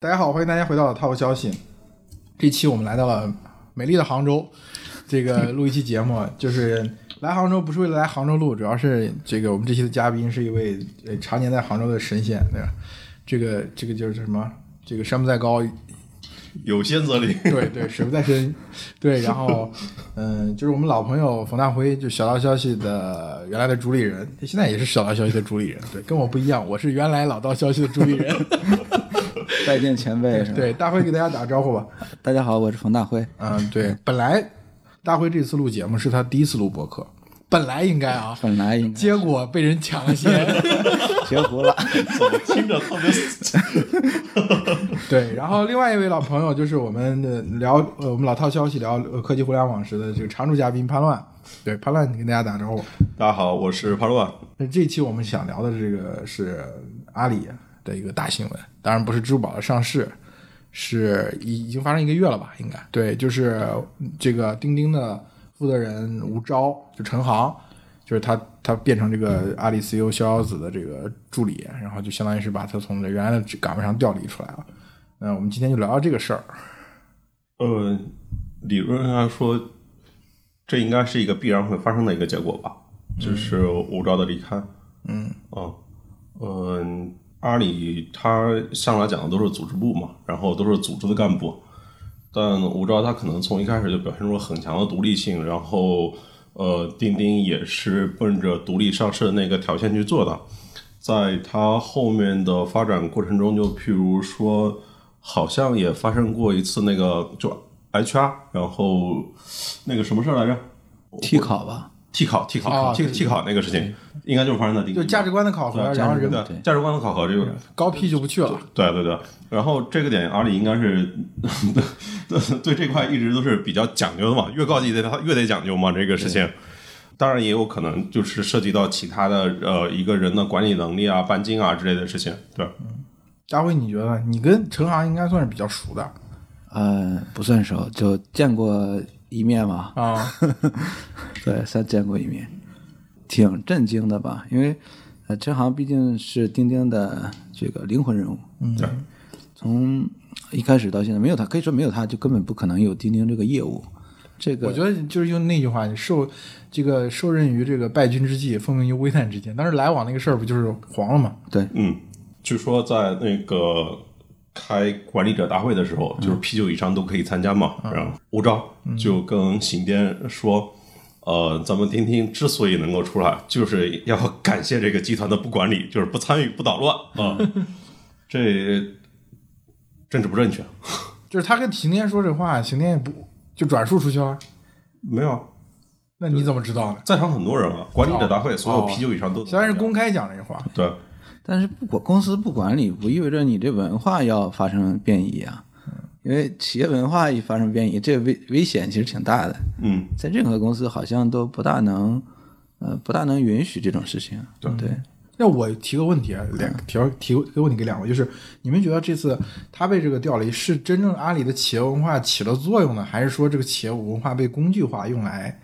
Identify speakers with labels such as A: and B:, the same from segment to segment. A: 大家好，欢迎大家回到 Top 消息。这期我们来到了美丽的杭州，这个录一期节目，就是来杭州不是为了来杭州录，主要是这个我们这期的嘉宾是一位呃常年在杭州的神仙，对吧？这个这个就是什么？这个山不在高，
B: 有仙则灵。
A: 对对，水不在深，对。然后，嗯，就是我们老朋友冯大辉，就小道消息的原来的主理人，现在也是小道消息的主理人。对，跟我不一样，我是原来老道消息的主理人。
C: 拜见前辈是吧？
A: 对，大辉给大家打个招呼吧。
C: 大家好，我是冯大辉。
A: 嗯，对，本来大辉这次录节目是他第一次录播客，本来应该啊，
C: 本来应该
A: 结果被人抢了先。
C: 截胡 了，
B: 怎么听着特别？
A: 对，然后另外一位老朋友就是我们的聊呃我们老套消息聊呃科技互联网时的这个常驻嘉宾潘乱，对潘乱给大家打个招呼。
B: 大家好，我是帕洛。
A: 那这一期我们想聊的这个是阿里的一个大新闻，当然不是支付宝的上市，是已已经发生一个月了吧？应该对，就是这个钉钉的负责人吴钊，就陈航，就是他他变成这个阿里 CEO 逍遥子的这个助理，然后就相当于是把他从原来的岗位上调离出来了。那我们今天就聊聊这个事儿。
B: 呃，理论上来说，这应该是一个必然会发生的一个结果吧，就是吴钊的离开。
A: 嗯，
B: 啊，嗯，阿里他上来讲的都是组织部嘛，然后都是组织的干部，但吴钊他可能从一开始就表现出了很强的独立性，然后呃，钉钉也是奔着独立上市的那个条件去做的，在他后面的发展过程中，就譬如说，好像也发生过一次那个就 HR，然后那个什么事儿来着？
C: 替考吧，
B: 替考、替考、
A: 啊
B: 替
A: 对
B: 替考那个事情，应该就是发生在钉
A: 就
B: 钉。
A: 价值观的考核，然后人
B: 对价值观的考核这个，
A: 高 P 就不去了。
B: 对对对。然后这个点，阿里应该是 对对这块一直都是比较讲究的嘛，越高级的他越得讲究嘛，这个事情。当然也有可能就是涉及到其他的呃一个人的管理能力啊、半径啊之类的事情，对。
A: 大辉，你觉得你跟陈航应该算是比较熟的
C: 呃，不算熟，就见过一面嘛。
A: 啊？
C: 对，算见过一面，挺震惊的吧？因为呃，陈航毕竟是钉钉的这个灵魂人物，嗯，从一开始到现在，没有他，可以说没有他就根本不可能有钉钉这个业务。这个
A: 我觉得就是用那句话，你受这个受任于这个败军之际，奉命于危难之间。当时来往那个事儿不就是黄了吗？
C: 对，
B: 嗯，据说在那个开管理者大会的时
A: 嗯
B: 候，就是啤酒以上都可以参加嘛。然后吴钊就跟邢颠说。呃，咱们钉钉之所以能够出来，就是要感谢这个集团的不 管理，就是不参与、不捣乱啊、
A: 嗯
B: 这政治不正确，
A: 就是他跟邢天说这话，邢天也不就转述出去了。
B: 没有啊
A: 那你怎么知道呢？
B: 在场很多人啊，管理者大会所有啤酒以上都
A: 哦虽然是公开讲这话，
B: 对，
C: 但是不管公司不管理，不意味着你这文化要发生变异啊。因为企业文化一发生变异，这危危险其实挺大的，
B: 嗯，
C: 在任何公司好像都不大能，呃，不大能允许这种事情。对对，
A: 那我提个问题，啊，两个提提个问题给两位，就是你们觉得这次他被这个调离，是真正阿里的企业文化起了作用呢，还是说这个企业文化被工具化，用来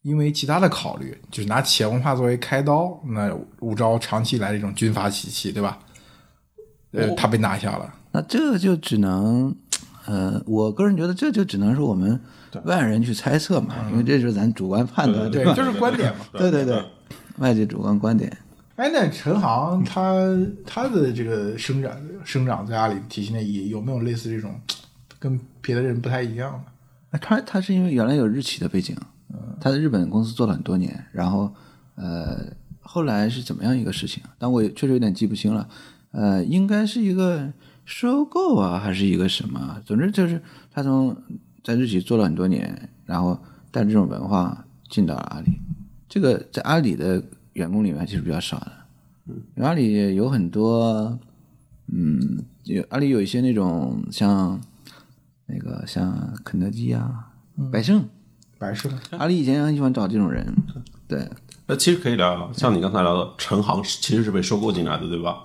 A: 因为其他的考虑，就是拿企业文化作为开刀？那吴钊长期以来这种军阀习气，对吧？呃，他被拿下了，
C: 那这就只能，呃，我个人觉得这就只能是我们外人去猜测嘛，因为这就是咱主观判断，
A: 对
C: 吧？
A: 就是观点嘛
C: 对对对，外界主观观点。
A: 哎，那陈航他他的这个生长生长在阿里体系内，也有没有类似这种跟别的人不太一样的？
C: 那他他是因为原来有日企的背景，呃他在日本公司做了很多年，然后呃后来是怎么样一个事情？啊但我也确实有点记不清了，呃，应该是一个收购啊，还是一个什么？总之就是他从在日企做了很多年，然后带着这种文化进到了阿里，这个在阿里的员工里面其实比较少的，因为阿里有很多，嗯，有阿里有一些那种像。那个像肯德基啊、百胜，
A: 白是吗？
C: 阿里以前很喜欢找这种人，对，
B: 那其实可以聊聊，像你刚才聊的，陈航是其实是被收购进来的，对吧？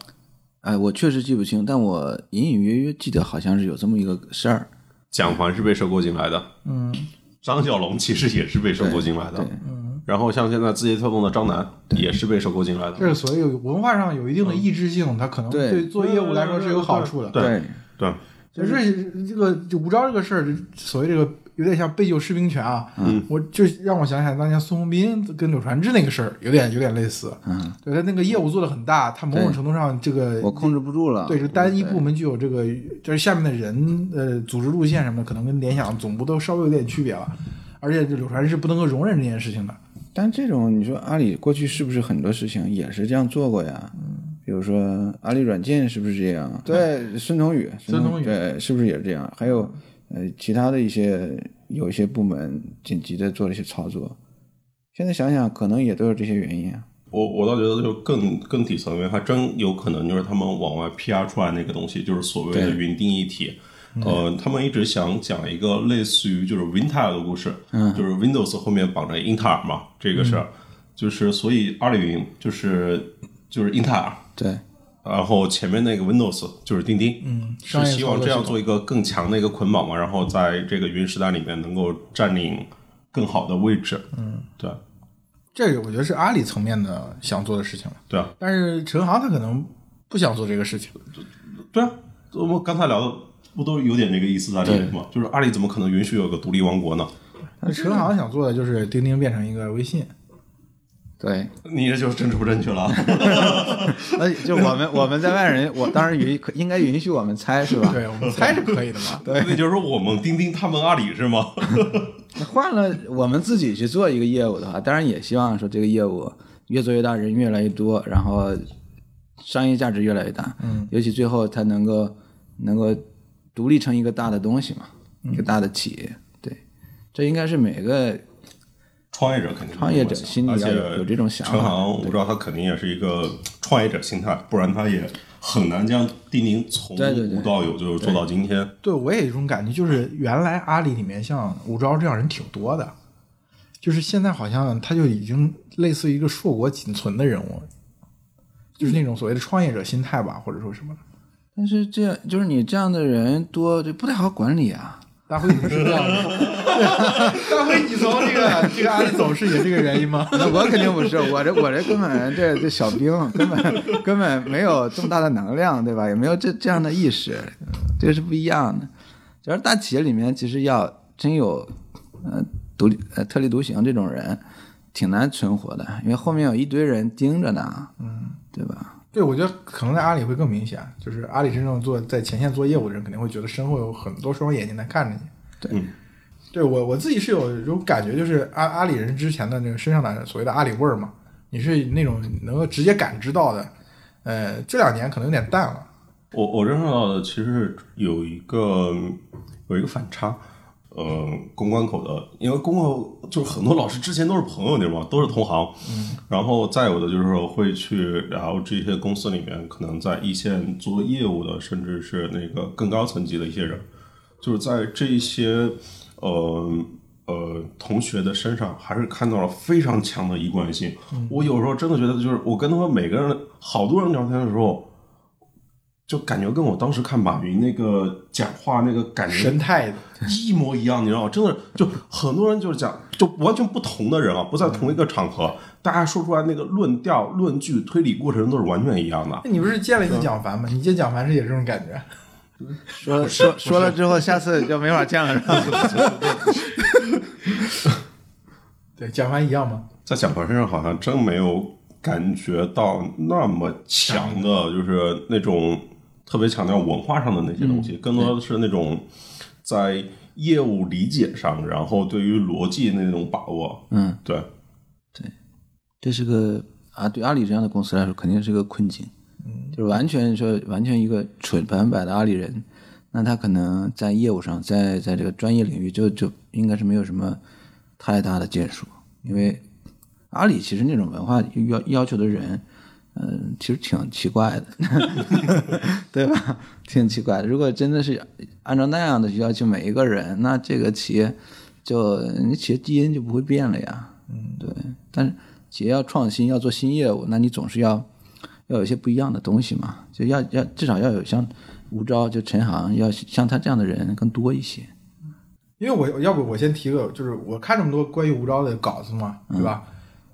C: 哎，我确实记不清，但我隐隐约约记得好像是有这么一个事儿，
B: 蒋凡是被收购进来的，嗯，张小龙其实也是被收购进来的
C: 对，
B: 嗯，然后像现在字节跳动的张楠也是被收购进来
A: 就
B: 的，
A: 是所以文化上有一定的抑制性，它可能
C: 对
A: 对做业务来说是有好处的。
B: 对对，
A: 就是这个就无招这个事儿，就所谓这个有点像被救士兵权啊。嗯，我就让我想想当年孙宏斌跟柳传志那个事儿，有点有点类似。
C: 嗯，
A: 对他那个业务做得很大，他某种程度上这个
C: 我控制不住了。
A: 对，就单一部门具有这个，就是下面的人呃组织路线什么的，可能跟联想总部都稍微有点区别了。而且这柳传志是不能够容忍这件事情的。
C: 但这种你说阿里过去是不是很多事情也是这样做过呀？比如说阿里软件是不是这样？对，孙彤宇，
A: 孙
C: 彤
A: 宇
C: 对，是不是也是这样？还有呃，其他的一些有一些部门紧急的做了一些操作，现在想想可能也都有这些原因啊。
B: 我我倒觉得就更更底层原因，还真有可能就是他们往外 PR 出来那个东西，就是所谓的
C: 对
B: 云定义体。呃，他们一直想讲一个类似于就是 WinTile 的故事，嗯，就是 Windows 后面绑着英特尔嘛，这个事儿，就是所以阿里云就是就是英特尔，
C: 对，
B: 然后前面那个 Windows 就是钉钉，嗯，
A: 商
B: 是
A: 业
B: 希望
A: 操作
B: 这样
A: 系统
B: 做一个更强的一个捆绑嘛，然后在这个云时代里面能够占领更好的位置，嗯，对
A: 这个我觉得是阿里层面的想做的事情了。
B: 对啊，
A: 但是陈航他可能不想做这个事情。
B: 对啊，我们刚才聊的不都有点这个意思在里面吗？就是阿里怎么可能允许有个独立王国呢？
A: 陈航想做的就是钉钉变成一个微信，
C: 对，
B: 你这就是政治不正确了。
C: 那就我们我们在外人，我当然允可应该允许我们猜是吧？
A: 对我们猜是可以的嘛。
B: 对，那就是说我们钉钉，他们阿里是吗？
C: 那换了我们自己去做一个业务的话，当然也希望说这个业务越做越大，人越来越多，然后商业价值越来越大。嗯，尤其最后它能够能够独立成一个大的东西嘛，一
B: 嗯
C: 个大的企业。对，这应该是每个
B: 创业者肯定是
C: 创业者
B: 这么想
C: 心里
B: 而
C: 要
B: 且
C: 有有这种想法
B: 陈航，我知道他肯定也是一个创业者心态，不然他也很难将钉钉从
C: 对对对
B: 无到有，就是做到今天。
A: 对，我也有一种感觉，就是原来阿里里面像吴钊这样人挺多的，就是现在好像他就已经类似于一个硕果仅存的人物，就是那种所谓的创业者心态吧，或者说什么的。
C: 但是这样就是你这样的人多，这不太好管理啊。
A: 大辉，你是这样的？大辉，哎你从这个这个阿里走是也这个原因吗？
C: 那我肯定不是，我这我这根本这这小兵根本根本没有这么大的能量，对吧？也没有这这样的意识，这个是不一样的。主要是大企业里面，其实要真有呃独立呃特立独行这种人，挺难存活的，因为后面有一堆人盯着呢，嗯，对吧？
A: 对，我觉得可能在阿里会更明显，就是阿里真正做在前线做业务的人，肯定会觉得身后有很多双眼睛在看着你。
C: 对
B: 嗯
A: 对我我自己是有一种感觉，就是阿阿里人之前的那个身上的所谓的阿里味儿嘛，你是那种能够直接感知到的。呃，这两年可能有点淡了。
B: 我我认识到的其实是有一个有一个反差，呃，公关口的，因为公关就是很多老师之前都是朋友，你知道吗？都是同行，然后再有的就是会去聊这些公司里面可能在一线做业务的，甚至是那个更高层级的一些人，就是在这些呃呃同学的身上，还是看到了非常强的一贯性。我有时候真的觉得，就是我跟他们每个人好多人聊天的时候。就感觉跟我当时看马云那个讲话那个感觉
A: 神态
B: 一模一样，你知道吗？真的就很多人就是讲，就完全不同的人啊，不在同一个场合，大家说出来那个论调、论据、推理过程都是完全一样的。
A: 那你不是见了一次蒋凡吗？你见蒋凡是也这种感觉？
C: 说了说说了之后，下次就没法见了，是吧？
A: 对，蒋凡一样吗？
B: 在蒋凡身上好像真没有感觉到那么强的，就是那种特别强调文化上的那些东西，更多的是那种在业务理解上，然后对于逻辑那种把握。
C: 嗯，
B: 对，
C: 这是个啊，对阿里这样的公司来说，肯定是个困境。就是完全说完全一个纯百分百的阿里人，那他可能在业务上，在在这个专业领域就就应该是没有什么太大的建树，因为阿里其实那种文化要要求的人，嗯、其实挺奇怪的， 对吧？挺奇怪的。如果真的是按照那样的去要求每一个人，那这个企业就你企业基因就不会变了呀。嗯，对。但是企业要创新，要做新业务，那你总是要要有一些不一样的东西嘛，就要要至少要有像吴钊就陈航，要像他这样的人更多一些。
A: 因为我要不我先提个，就是我看这么多关于吴钊的稿子嘛，对吧？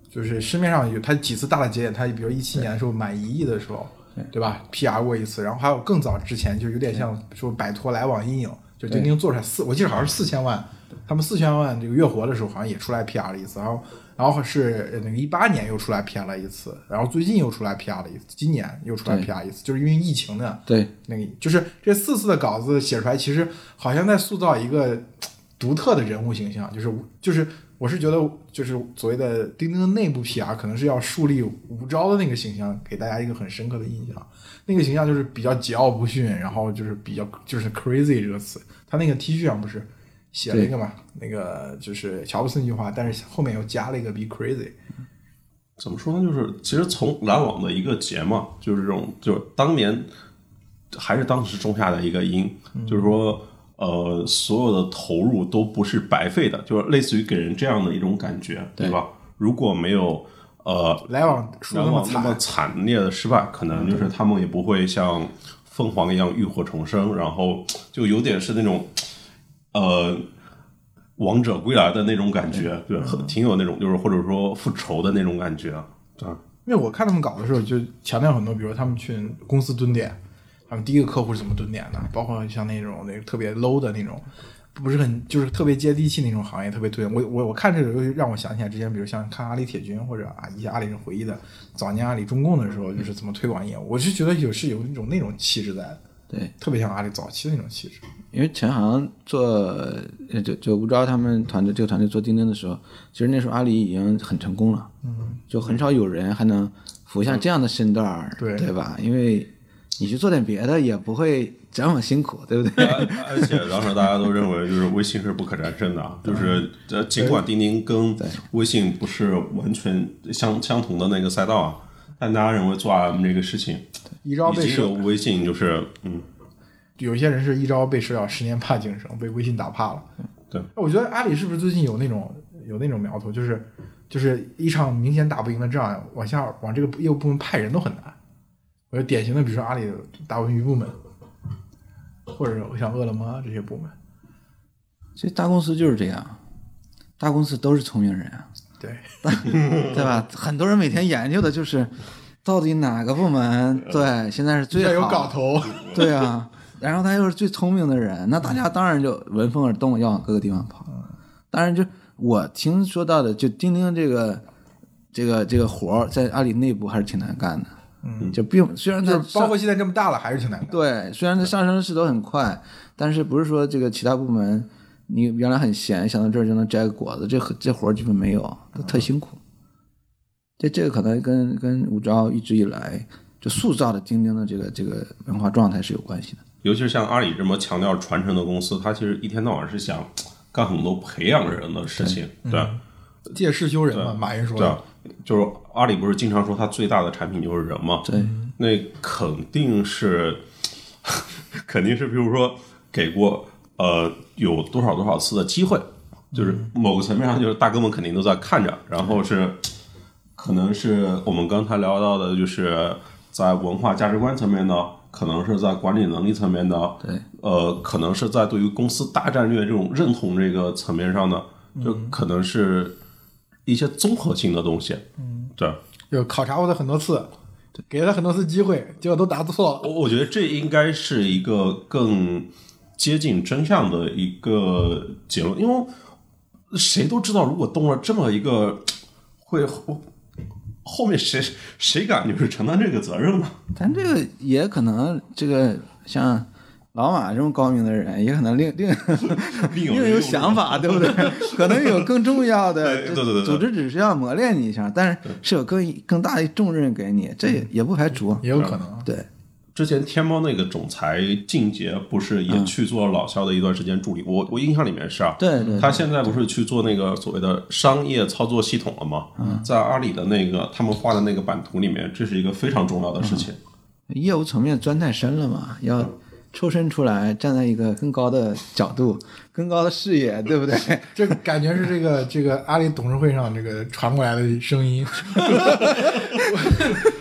A: 就是市面上有他几次大的节点，他比如一七年的时候满一亿的时候，对吧？PR 过一次，然后还有更早之前，就有点像说摆脱来往阴影，就钉钉做出来四，我记得好像是四千万，他们四千万这个月活的时候，好像也出来 PR 了一次，然后然后是呃那个一八年又出来 PR 了一次，然后最近又出来 PR 了一次，今年又出来 PR 一次，就是因为疫情的
C: 对，
A: 那个，就是这四次的稿子写出来，其实好像在塑造一个独特的人物形象，就是就是我是觉得就是所谓的钉钉的内部 PR 可能是要树立吴钊的那个形象，给大家一个很深刻的印象。那个形象就是比较桀骜不驯，然后就是比较就是 crazy 这个词，他那个 T 恤上不是写了一个嘛，那个就是乔布斯那句话，但是后面又加了一个 be crazy。
B: 怎么说呢？就是其实从篮网的一个节嘛，就是这种，就是当年还是当时种下的一个因，就是说，呃，所有的投入都不是白费的，就是类似于给人这样的一种感觉，对吧？如果没有呃
A: 来往说
B: 篮
A: 那么
B: 网那
A: 惨，
B: 么惨烈的失败，可能就是他们也不会像凤凰一样浴火重生，然后就有点是那种呃王者归来的那种感觉，对，嗯很挺有那种就是或者说复仇的那种感觉，啊对。
A: 因为我看他们搞的时候，就强调很多，比如他们去公司蹲点，他们第一个客户是怎么蹲点的，包括像那种那个特别 low 的那种，不是很就是特别接地气那种行业，特别推荐。我我我看这个，尤其让我想起来之前，比如像看阿里铁军或者啊一些阿里人回忆的早年阿里中共的时候，就是怎么推广业务，我是觉得有是有那种那种气质在的，
C: 对，
A: 特别像阿里早期的那种气质。
C: 因为陈航做呃就就吴钊他们团队这个团队做钉钉的时候，其实那时候阿里已经很成功了，嗯，就很少有人还能服下这样的身段儿，
A: 对
C: 对吧？因为你去做点别的也不会这么辛苦，对不 对？
B: 而而且当时大家都认为，就是微信是不可战胜的啊，就是呃，尽管钉钉跟微信不是完全相相同的那个赛道啊，但大家认为做 RM 这个事情
A: 一招
B: 已
A: 被
B: 经有
A: 蛇，
B: 微信就是嗯，
A: 有一些人是一招被蛇咬，十年怕井绳，被微信打怕了。
B: 对，
A: 哎我觉得阿里是不是最近有那种有那种苗头，就是就是一场明显打不赢的仗，往下往这个业务部门派人都很难。我觉得典型的，比如说阿里大文娱部门，或者我想饿了么这些部门，
C: 其实大公司就是这样，大公司都是聪明人啊，
A: 对，
C: 对吧？很多人每天研究的就是到底哪个部门对现在是
A: 呃比
C: 最
A: 较
C: 好
A: 有搞 头。
C: 对啊，然后他又是最聪明的人，那大家当然就闻风而动，要往各个地方跑。当然就，我听说到的，就钉钉这个这个这个活儿，在阿里内部还是挺难干的。嗯，就并虽然它
A: 就是
C: 上
A: 包括现在这么大了，还是挺难的。
C: 对，虽然它上升势头很快，但是不是说这个其他部门你原来很闲，想到这儿就能摘个果子，这这活儿基本没有，它特辛苦。这这个可能跟跟吴钊一直以来就塑造的钉钉的这个这个文化状态是有关系的。
B: 尤其是像阿里这么强调传承的公司，它其实一天到晚是想干很多培养人的事情，对
A: 借势修人嘛，马云说
B: 对
A: 的
B: 啊。，就是阿里不是经常说它最大的产品就是人嘛，
C: 对，
B: 那肯定是， 肯定是，比如说给过呃有多少多少次的机会，就是某个层面上，就是大哥们肯定都在看着，然后是可能是我们刚才聊到的，就是在文化价值观层面的，可能是在管理能力层面的，
C: 对，
B: 呃，可能是在对于公司大战略这种认同这个层面上的，就可能是一些综合性的东西，嗯，对。
A: 就考察过他很多次，给了他很多次机会，结果都答错了。
B: 我我觉得这应该是一个更接近真相的一个结论，因为谁都知道，如果动了这么一个，会后后面谁谁敢就是承担这个责任呢？
C: 咱这个也可能这个像老马这么高明的人，也可能另另
B: 另有
C: 另有 想法，对不对？可能有更重要的，
B: 对对对对对
C: 组织只是要磨练你一下，但是是有更更大的重任给你，这
B: 嗯
C: 也也不排除。啊
A: 也有可能，啊
C: 对，
B: 之前天猫那个总裁靳杰不是也去做老肖的一段时间助理？我我印象里面是啊，
C: 嗯对对
B: 他现在不是去做那个所谓的商业操作系统了吗？
C: 嗯
B: 在阿里的那个他们画的那个版图里面，这是一个非常重要的事情。
C: 业务层面钻太深了嘛，要抽身出来，站在一个更高的角 度、更高的视野，对不对？
A: 这感觉是这个 这个阿里董事会上这个传过来的声音。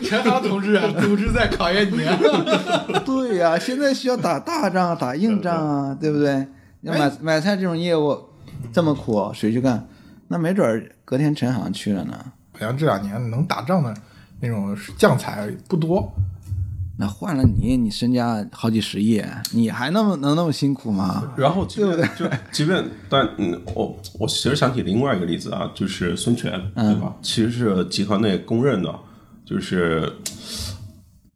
A: 陈航同志啊，组织在考验你啊！
C: 对呀、现在需要打大仗、打硬仗
B: 嗯
C: 啊，对不对？要买
B: 哎
C: 买菜这种业务这么苦，谁去干？那没准儿隔天陈航去了呢。
A: 好像这两年能打仗的那种将才不多，
C: 那换了你，你身家好几十亿，你还那么能那么辛苦吗？
B: 然后即便就即便但嗯，我我其实想起另外一个例子啊，就是孙权，对吧？其实是集团内公认的，就是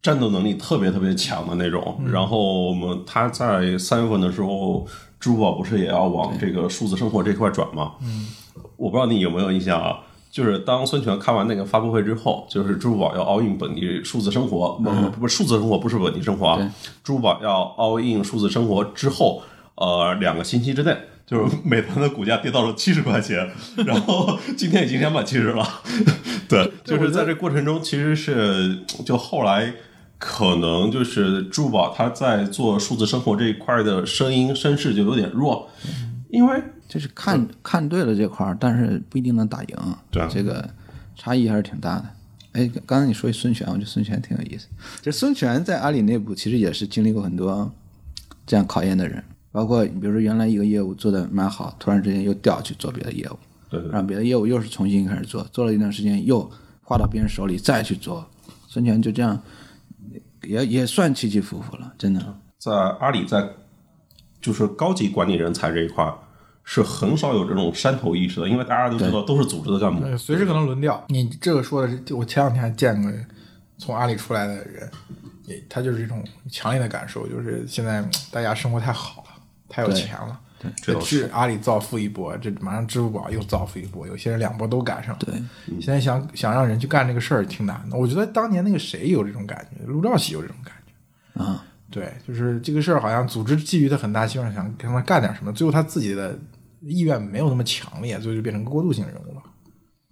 B: 战斗能力特别特别强的那种。然后我们他在三月份的时候，支付宝不是也要往这个数字生活这块转吗？嗯，我不知道你有没有印象啊。就是当孙权开完那个发布会之后，就是支付宝要 all in 本地数字生活，不不不，数字生活不是本地生活啊，支付宝要 all in 数字生活之后，呃，两个星期之内，就是美团的股价跌到了七十块钱，然后 今天已经两百七十了。 对，就是在这过程中，其实是就后来可能就是支付宝它在做数字生活这一块的声音声势就有点弱，因为
C: 就是看看对了这块儿，但是不一定能打赢。
B: 对啊
C: 这个差异还是挺大的。哎，刚刚才你说起孙权，我觉得孙权挺有意思。就孙权在阿里内部其实也是经历过很多这样考验的人，包括比如说原来一个业务做的蛮好，突然之间又调去做别的业务，
B: 对
C: 然后别的业务又是重新开始做，做了一段时间又划到别人手里再去做，孙权就这样也也算起起伏伏了，真的。
B: 在阿里在就是高级管理人才这一块儿是很少有这种山头意识的，因为大家都知道都是组织的干部。
A: 对，呃随时可能轮调。你这个说的是，我前两天还见过从阿里出来的人，也他就是一种强烈的感受，就是现在嗯大家生活太好了，太有钱了。
B: 这倒
A: 去阿里造富一波，这马上支付宝又造富一波，有些人两波都赶上了。
C: 对，
A: 现在想想让人去干这个事儿挺难的。我觉得当年那个谁有这种感觉，陆兆禧有这种感觉。
C: 啊、
A: 对，就是这个事儿，好像组织寄予他很大希望，想让他干点什么，最后他自己的意愿没有那么强烈，最后就变成个过渡性人物了。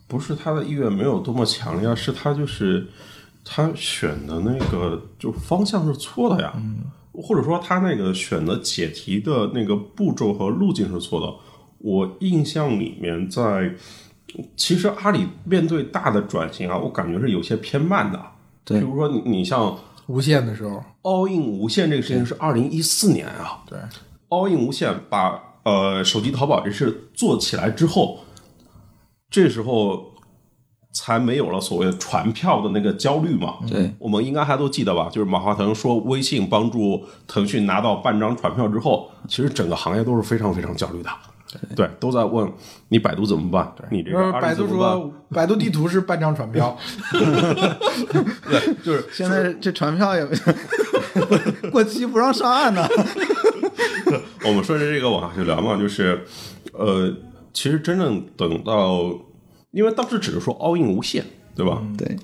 B: 不是他的意愿没有多么强烈，是他就是他选的那个就方向是错的呀，或者说他那个选的解题的那个步骤和路径是错的。我印象里面在，其实阿里面对大的转型啊，我感觉是有些偏慢的。
C: 对
B: 比如说你你像
A: 无限的时候，
B: all in 无线这个事情是二零一四年啊
A: 对，
B: ，all in 无线把呃手机淘宝这事做起来之后，这时候才没有了所谓的传票的那个焦虑嘛。
C: 对，
B: 我们应该还都记得吧？就是马化腾说微信帮助腾讯拿到半张传票之后，其实整个行业都是非常非常焦虑的。对，都在问你百度怎么办？你这个
A: 呃，
B: 阿
A: 百
B: 里怎
A: 度
B: 么办？
A: 说，百度地图是半张传 票，
B: 对，就是
C: 现在这船票也 过期不让上岸呢。
B: 我们顺着这个往下去聊嘛，就是，呃，其实真正等到，因为当时只是说 all in 无限，对吧？
C: 对，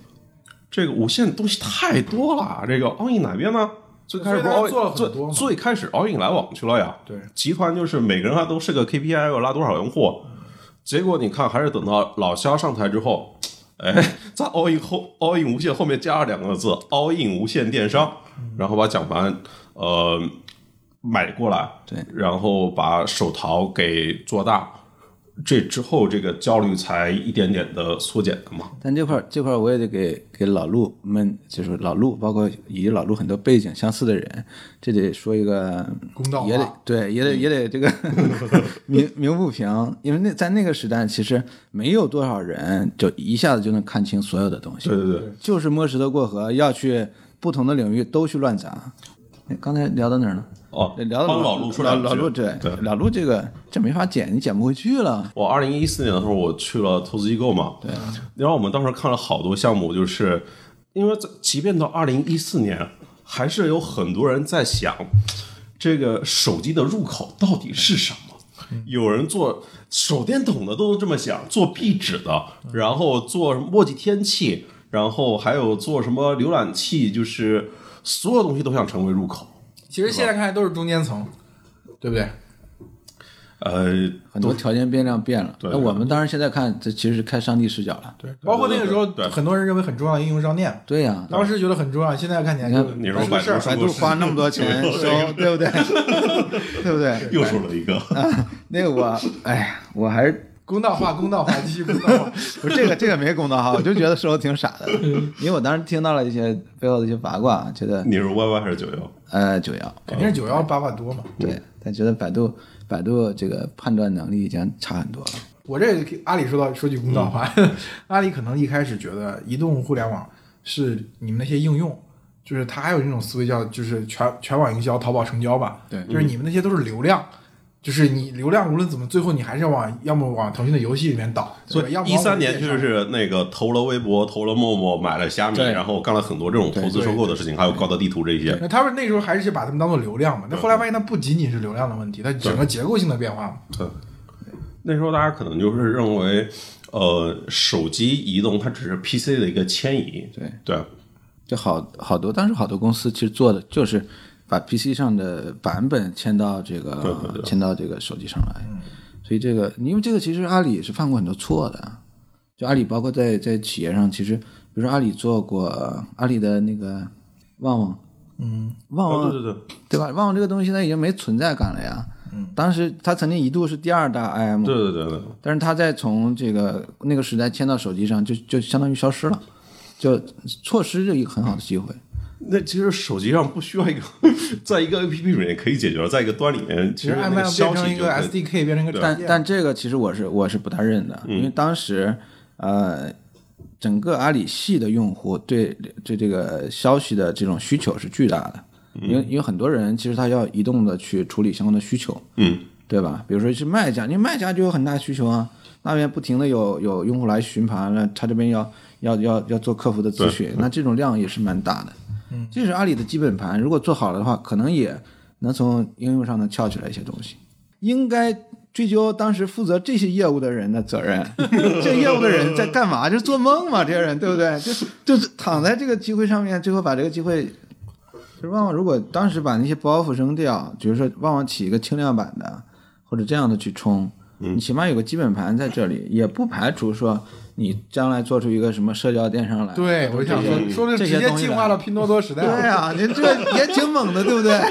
B: 这个无限东西太多了，这个 all in 哪边呢？最开始不是
A: 所
B: all
A: 以大家做了很
B: in 最
A: 多嘛
B: 最开始 all in 来往去了呀。
A: 对
B: 集团就是每个人还都是个 KPI，我拉多少用户。结果你看，还是等到老肖上台之后，哎，在 all in 后 all in 无限后面加了两个字 all in 无限电商，然后把蒋凡呃买过来，
C: 对，
B: 然后把手淘给做大。这之后，这个焦虑才一点点的缩减的嘛。
C: 但这块儿这块儿我也得给给老陆们，就是老陆，包括以及老陆很多背景相似的人，这得说一个
A: 公道话
C: 也得对，也得也 得这个鸣鸣不平，因为那在那个时代，其实没有多少人就一下子就能看清所有的东西
B: 对，对对，
C: 就是摸石头过河，要去不同的领域都去乱砸。哎刚才聊到哪儿了？
B: 哦，
C: 聊到
B: 帮
C: 老
B: 老陆说
C: 老
B: 两句
C: 老陆对
B: 对
C: 老陆这个这没法剪，你剪不回去了。
B: 我二零一四年的时候，我去了投资机构嘛，对。
C: 啊
B: 然后我们当时看了好多项目，就是因为在即便到二零一四年，还是有很多人在想，这个手机的入口到底是什么？
C: 嗯
B: 有人做手电筒的都这么想，做壁纸的，
C: 嗯
B: 然后做墨迹天气，然后还有做什么浏览器，就是所有东西都想成为入口。
A: 其实现在看来都是中间层，对不对？
B: 呃，
C: 很多条件变量变了。
B: 对
C: 那我们当然现在看，这其实是开上帝视角了。
A: 对，包括那个时候
B: 对对，对
A: 很多人认为很重要的应用商店，
C: 对呀、
A: 当时觉得很重要，现在看起来
C: 你看
A: 就
B: 嗯你说
A: 不是个
B: 百
A: 事儿
B: 度。
C: 百度花那么多钱收，对不对？对不对？
B: 又说了一个，
C: 那个我，哎呀，我还是
A: 公道话，公道话，继 续公道化。
C: 不是这个这个没公道哈，我就觉得说的挺傻的，因为我当时听到了一些背后的一些八卦，觉得
B: 你是 YY 还是九幺？
C: 呃九幺
A: 肯定是九幺八八多嘛。
C: 对，但觉得百度百度这个判断能力已经差很多了。
A: 我这个阿里说到说句公
B: 嗯
A: 道话，阿里可能一开始觉得移动互联网是你们那些应用就是他还有一种思维叫就是全全网营销、淘宝成交吧，
C: 对
A: 就是你们那些都是流量。就是你流量无论怎么，最后你还是要往要么往腾讯的游戏里面倒，对
B: 所
A: 吧
B: 以
A: 要么
B: 一
A: 往我
B: 三
A: 们
B: 年
A: 电
B: 就
A: 商
B: 是那个投了微博，投了陌陌，买了虾米，
C: 对
B: 然后干了很多这种投资
A: 对
B: 收购的事情，还有高德地图这些。
A: 那他们那时候还是把他们当做流量嘛？那后来发现它不仅仅是流量的问题，它整个结构性的变化嘛。
B: 对，那时候大家可能就是认为，呃，手机移动它只是 PC 的一个迁移。
C: 对
B: 对，啊
C: 就好好多，当时好多公司其实做的就是把 PC 上的版本迁到这个
B: 对对对嗯
C: 迁到这个手机上来，所以这个因为这个其实阿里也是犯过很多错的，就阿里包括在在企业上，其实比如说阿里做过呃阿里的那个旺旺，嗯，旺旺、
B: 哦，对对对，
C: 对吧？旺旺这个东西现在已经没存在感了呀。嗯，当时它曾经一度是第二大
A: 嗯
C: IM，
B: 对对对对，
C: 但是它在从这个那个时代迁到手机上就，就相当于消失了，就错失了一个很好的机会。
B: 那其实手机上不需要一个， 在一个 APP 里面可以解决，在一个端里面，
A: 其
B: 其
A: 实
B: 实
A: i m
B: 那个
A: l 变
B: 消
A: 成
B: 息
A: 一
B: 就
A: 个
B: 可以
A: SDK，变成一个
C: 但
A: 产业，
C: 但这个其实我是我是不太认的，因为当时呃，整个阿里系的用户对对这个消息的这种需求是巨大的，因为因为很多人其实他要移动的去处理相关的需求，
B: 嗯，
C: 对吧？比如说是卖家，因为卖家就有很大需求啊，那边不停的有有用户来询盘了，他这边要要要要做客服的咨询，那这种量也是蛮大的。嗯，这是阿里的基本盘，如果做好了的话，可能也能从应用上能撬起来一些东西。应该追究当时负责这些业务的人的责任。这业务的人在干嘛？就是做梦嘛，这些人对不对？就是就是躺在这个机会上面，最后把这个机会。就是旺旺如果当时把那些包袱扔掉，比如说旺旺起一个轻量版的，或者这样的去冲，你起码有个基本盘在这里，也不排除说你将来做出一个什么社交电商来。
A: 对我就想说，说的
C: 这
A: 直
C: 些
A: 接
C: 东西啊
A: 进化到拼多多时代了。
C: 对啊，你这也挺猛的，对不对？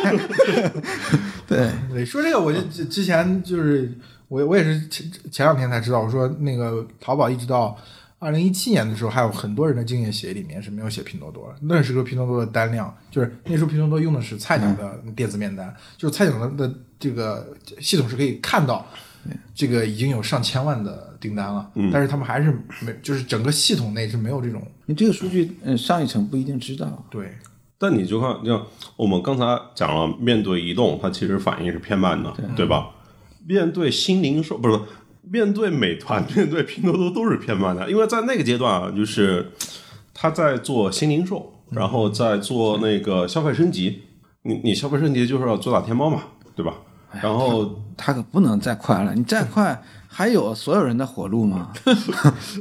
C: 对，
A: 对，说这个我就之之前就是我我也是前前两天才知道，我说那个淘宝一直到二零一七年的时候，还有很多人的竞业协议里面是没有写拼多多的，那时候拼多多的单量就是那时候拼多多用的是菜鸟的
C: 嗯
A: 电子面单，就是菜鸟的的这个系统是可以看到。
C: 嗯
A: 这个已经有上千万的订单了，但是他们还是没，就是整个系统内是没有这种
C: 你这个数据，嗯，上一层不一定知道。
A: 对
B: 但你就看，你像我们刚才讲了，面对移动，它其实反应是偏慢的，对吧？面对新零售，不是面对美团、 面对拼多多都是偏慢的，因为在那个阶段啊，就是他在做新零售，然后在做那个消费升级。你你消费升级就是要主打天猫嘛，对吧？然后
C: 他可不能再快了，你再快还有所有人的活路吗？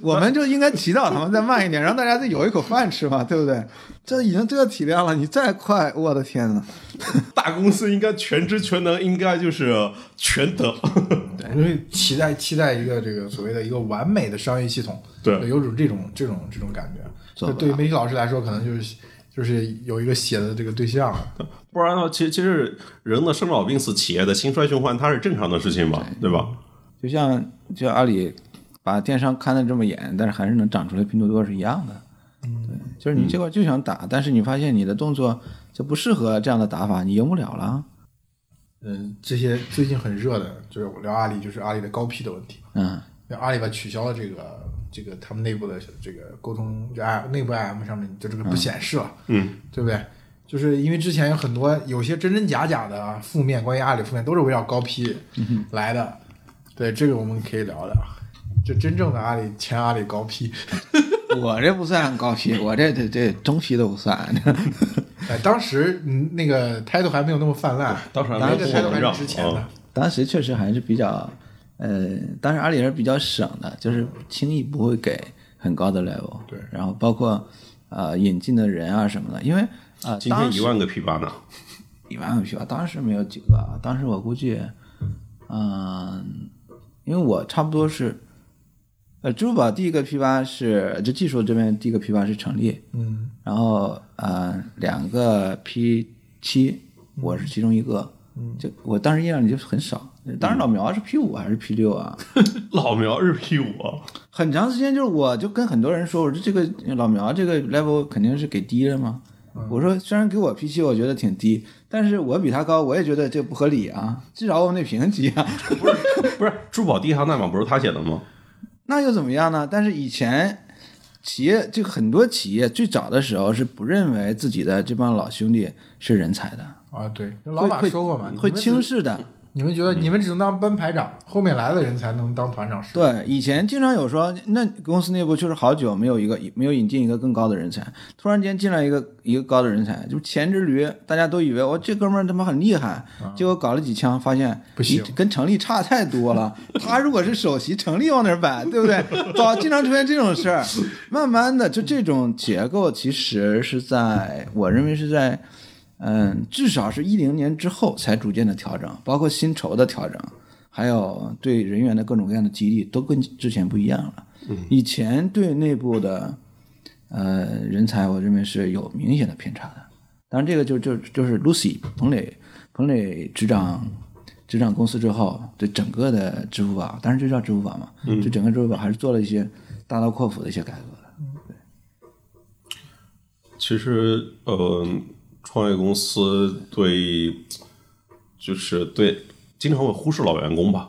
C: 我们就应该祈祷他们再慢一点，让大家再有一口饭吃嘛，对不对？这已经这个体量了，你再快，我的天呐！
B: 大公司应该全知全能，应该就是全得。
A: 对，因为期待期待一个这个所谓的一个完美的商业系统，
B: 对
A: 有种这种这种这种感觉。
C: 做
A: 这
C: 不
A: 对于媒体老师来说，可能就是就是有一个写的这个对象啊了。
B: 不然的话，其实其实人的生老病死、企业的兴衰循环，它是正常的事情嘛，对吧？
C: 就像就像阿里把电商看得这么严，但是还是能长出来拼多多是一样的。对，就是你这块就想打，但是你发现你的动作就不适合这样的打法，你赢不了了。
A: 嗯，这些最近很热的，就是我聊阿里，就是阿里的高 P 的问题。
C: 嗯，
A: 那阿里吧取消了这个这个他们内部的这个沟通，就 I 内部 IM 上面就这个不显示了，
B: 嗯，
A: 对不对？就是因为之前有很多有些真真假假的啊负面，关于阿里负面都是围绕高 P
B: 嗯
A: 来的，对这个我们可以聊聊。就真正的阿里前阿里高 P，
C: 我这不算高 P，我这这这中 P 都不算。
A: 哎，当时嗯那个 title 还没有那么泛滥，
B: 当时还没
A: 那
B: 有
A: 个
B: 通货
A: title
B: 膨
A: 还
B: 胀
A: 是之前的
B: 嗯，
C: 当时确实还是比较，呃，当时阿里人比较省的，就是轻易不会给很高的 level。
A: 对
C: 然后包括呃引进的人啊什么的，因为呃
B: 今天一万个 P 八呢，
C: 一万个 P 吧，当时没有几个啊，当时我估计，嗯，因为我差不多是，呃，支付宝第一个 P 八是就技术这边第一个 P 八是成立，
A: 嗯，
C: 然后呃两个 P 七我是其中一个，嗯，就我当时印象里就很少，当时老苗是 P 五还是 P 六啊？
B: 老苗日 P 五啊，
C: 很长时间就是我就跟很多人说，我说这个老苗这个 level 肯定是给低了嘛。
A: 嗯
C: 我说虽然给我 P 七我觉得挺低，但是我比他高，我也觉得这不合理啊，至少我们得平级啊。
B: 不是珠宝第一行代码不是他写的吗？
C: 那又怎么样呢？但是以前企业就很多企业最早的时候是不认为自己的这帮老兄弟是人才的，
A: 啊，对，那老马
C: 会
A: 说过嘛，
C: 会
A: 你们
C: 轻视的。
A: 你们觉
B: 嗯
A: 得你们只能当班排长，后面来的人才能当团长是？
C: 对，以前经常有说，那公司内部就是好久没有一个没有引进一个更高的人才，突然间进来一个一个高的人才，就前之驴，大家都以为我哦这哥们儿他妈很厉害，结果搞了几枪，发现
A: 不行
C: 一跟程力差太多了。他如果是首席，程力往哪儿摆，对不对？早经常出现这种事儿，慢慢的就这种结构，其实是在我认为是在。嗯，至少是一零年之后才逐渐的调整，包括薪酬的调整，还有对人员的各种各样的激励，都跟之前不一样了。
A: 嗯
C: 以前对内部的呃人才，我认为是有明显的偏差的。当然，这个就就就是 Lucy 彭磊彭磊执掌执掌公司之后，对整个的支付宝，当然这叫支付宝嘛，就整个支付宝还是做了一些大刀阔斧的一些改革的。
B: 其实，呃，创业公司对，就是对，经常会忽视老员工吧。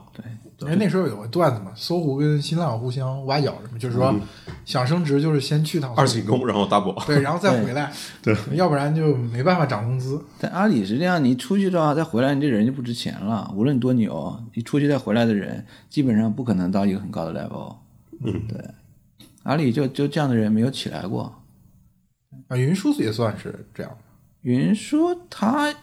A: 哎，那时候有个段子嘛，搜狐跟新浪互相挖角什么，就是说想升职就是先去趟搜狐
B: 嗯二进宫，然后 double，
A: 对，然后再回来，对，要不然就没办法涨工资。
C: 在阿里是这样，你出去的话再回来，你这人就不值钱了。无论多牛，你出去再回来的人，基本上不可能到一个很高的 level。
B: 嗯，
C: 对，阿里就就这样的人没有起来过。
A: 啊，云叔也算是这样，
C: 云说他，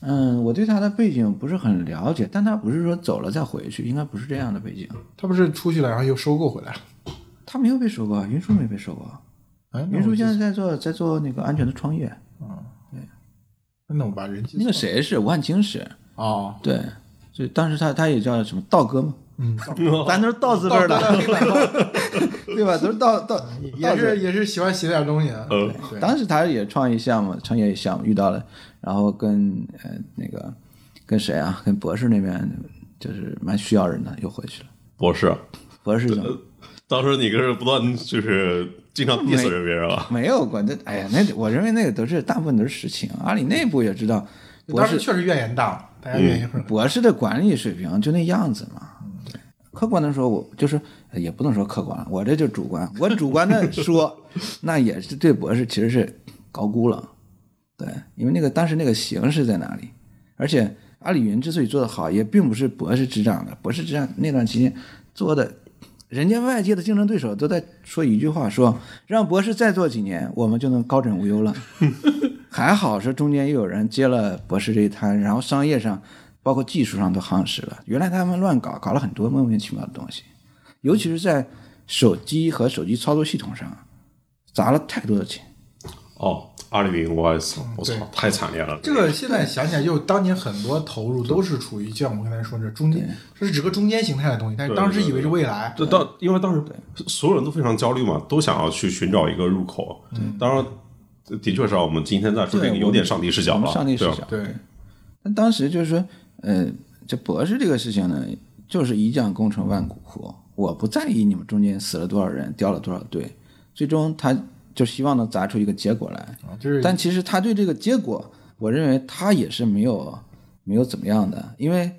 C: 嗯，我对他的背景不是很了解，但他不是说走了再回去，应该不是这样的背景。
A: 他不是出去了，然后又收购回来了。
C: 他没有被收购，啊云叔没被收购，
A: 哎，那
C: 云叔
A: 我
C: 现在在做在做那个安全的创业。
A: 那我把人记
C: 那个
A: 错
C: 谁是武汉青是，
A: 了哦，
C: 对，就当时他他也叫什么道哥嘛，
A: 嗯，
C: 咱都是道字辈儿的， 对吧？都是道道
A: 嗯也是也是喜欢写点东西啊。
B: 呃，
A: 对，
C: 当时他也创业项目，创业项目遇到了，然后跟呃那个跟谁啊，跟博士那边就是蛮需要人的，又回去了。
B: 博士，
C: 博士怎
A: 呃
C: 么
B: 当时你是不断就是经常 diss 人别人啊，
C: 没有管这？哎呀，那我认为那个都是大部分都是实情。啊阿里内部也知道，博
A: 当时
C: 士
A: 确实怨言大嘛，大家怨
B: 嗯
A: 言很
C: 博士的管理水平就那样子嘛。客观的说，我就是呃也不能说客观，我这就主观。我主观的说， 那也是对博士其实是高估了，对，因为那个当时那个形势在哪里，而且阿里云之所以做得好，也并不是博士执掌的，博士执掌那段期间做的，人家外界的竞争对手都在说一句话，说让博士再做几年，我们就能高枕无忧了。还好是中间又有人接了博士这一摊，然后商业上，包括技术上都夯实了。原来他们乱搞，搞了很多莫名其妙的东西，尤其是在手机和手机操作系统上，砸了太多的钱。
B: 哦，阿里云 OS，我操
A: 对，
B: 太惨烈了。
A: 这个现在想起来，就是当年很多投入都是处于，就像我刚才说这中间，这是指个中间形态的东西，但是当时以为是未来，
B: 这当因为当时所有人都非常焦虑嘛，都想要去寻找一个入口。当然，的确是啊我们今天在说这个
C: 嗯对
B: 有点上帝视角
C: 我
B: 了，
C: 们上帝视
B: 对吧啊
C: 角。
A: 对，
C: 但当时就是说，呃，这博士这个事情呢，就是一将功成万骨枯，我不在意你们中间死了多少人，掉了多少队，最终他就希望能砸出一个结果来。
A: 啊就是
C: 但其实他对这个结果，我认为他也是没有没有怎么样的，因为，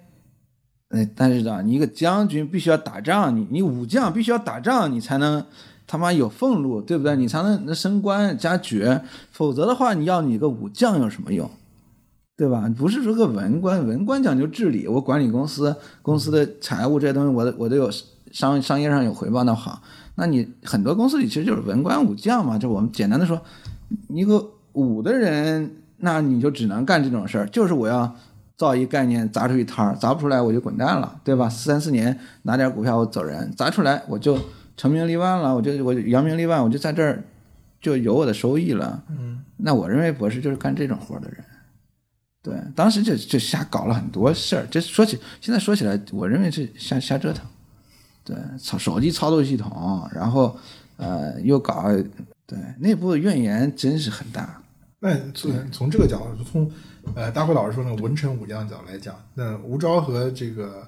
C: 呃，但是啊，你一个将军必须要打仗，你你武将必须要打仗，你才能他妈有俸禄，对不对？你才能能升官加爵，否则的话，你要你个武将有什么用？对吧？不是说个文官，文官讲究治理，我管理公司，公司的财务这些东西我都，我都有商商业上有回报，那好，那你很多公司里其实就是文官武将嘛，就我们简单的说，你一个武的人，那你就只能干这种事儿，就是我要造一概念，砸出一摊儿，砸不出来我就滚蛋了，对吧？三四年拿点股票我走人，砸出来我就成名立万了，我就我就扬名立万，我就在这儿就有我的收益了。嗯，那我认为博士就是干这种活儿的人。对，当时就就瞎搞了很多事儿，这说起现在说起来，我认为是瞎瞎折腾。对，操手机操作系统，然后呃又搞对内部的怨言真是很大。
A: 那从从这个角度，从呃大辉老师说那个文臣武将的角度来讲，那吴钊和这个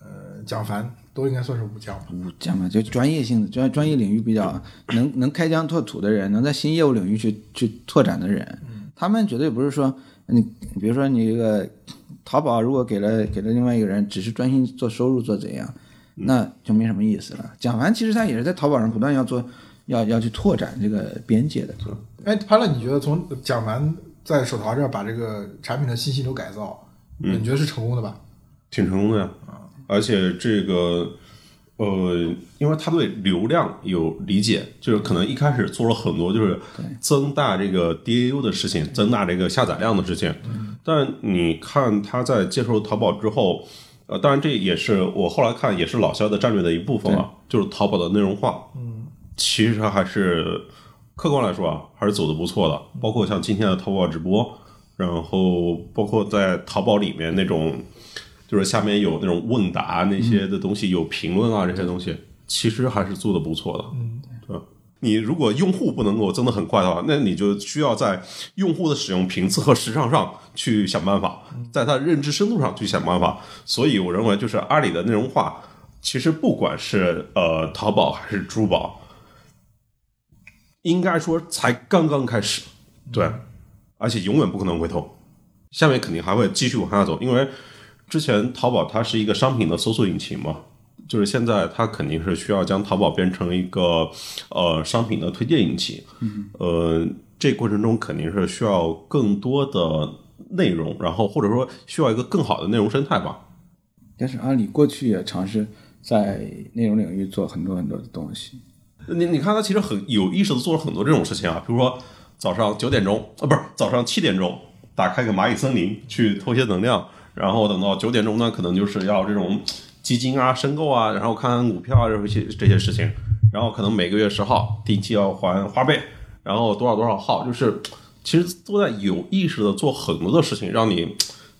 A: 呃蒋凡都应该算是武将吧？
C: 武将嘛，就专业性的专专业领域比较能能开疆拓土的人，能在新业务领域去去拓展的人，他们绝对不是说你你比如说你这个淘宝啊如果给了给了另外一个人，只是专心做收入做怎样，那就没什么意思了。蒋凡其实他也是在淘宝上不断要做要要去拓展这个边界的。
A: 哎，潘乐，你觉得从讲完在手淘这儿把这个产品的信息流改造，
C: 嗯
A: 你觉得是成功的吧？
B: 挺成功的呀。而且这个，呃，因为他对流量有理解，就是可能一开始做了很多就是增大这个 DAU 的事情，增大这个下载量的事情。但你看他在接受淘宝之后，呃，当然这也是我后来看也是老肖的战略的一部分啊，就是淘宝的内容化。嗯，其实还是客观来说啊，还是走的不错的。包括像今天的淘宝直播，然后包括在淘宝里面那种。就是下面有那种问答那些的东西，有评论啊这些东西，其实还是做的不错的。嗯，对。你如果用户不能够增的很快的话，那你就需要在用户的使用频次和时长上去想办法，在他认知深度上去想办法。所以我认为，就是阿里的内容化，其实不管是呃淘宝还是珠宝，应该说才刚刚开始，对，而且永远不可能回头，下面肯定还会继续往下走，因为之前淘宝它是一个商品的搜索引擎嘛，就是现在它肯定是需要将淘宝变成一个呃商品的推荐引擎，呃，这过程中肯定是需要更多的内容，然后或者说需要一个更好的内容生态吧。
C: 但是阿里过去也尝试在内容领域做很多很多的东西，
B: 你你看，他其实很有意识的做了很多这种事情啊，比如说早上九点钟啊，不是早上七点钟打开个蚂蚁森林去偷些能量，然后等到九点钟呢，可能就是要这种基金啊、申购啊，然后看看股票啊这些这些事情，然后可能每个月十号定期要还花呗，然后多少多少号，就是其实都在有意识的做很多的事情，让你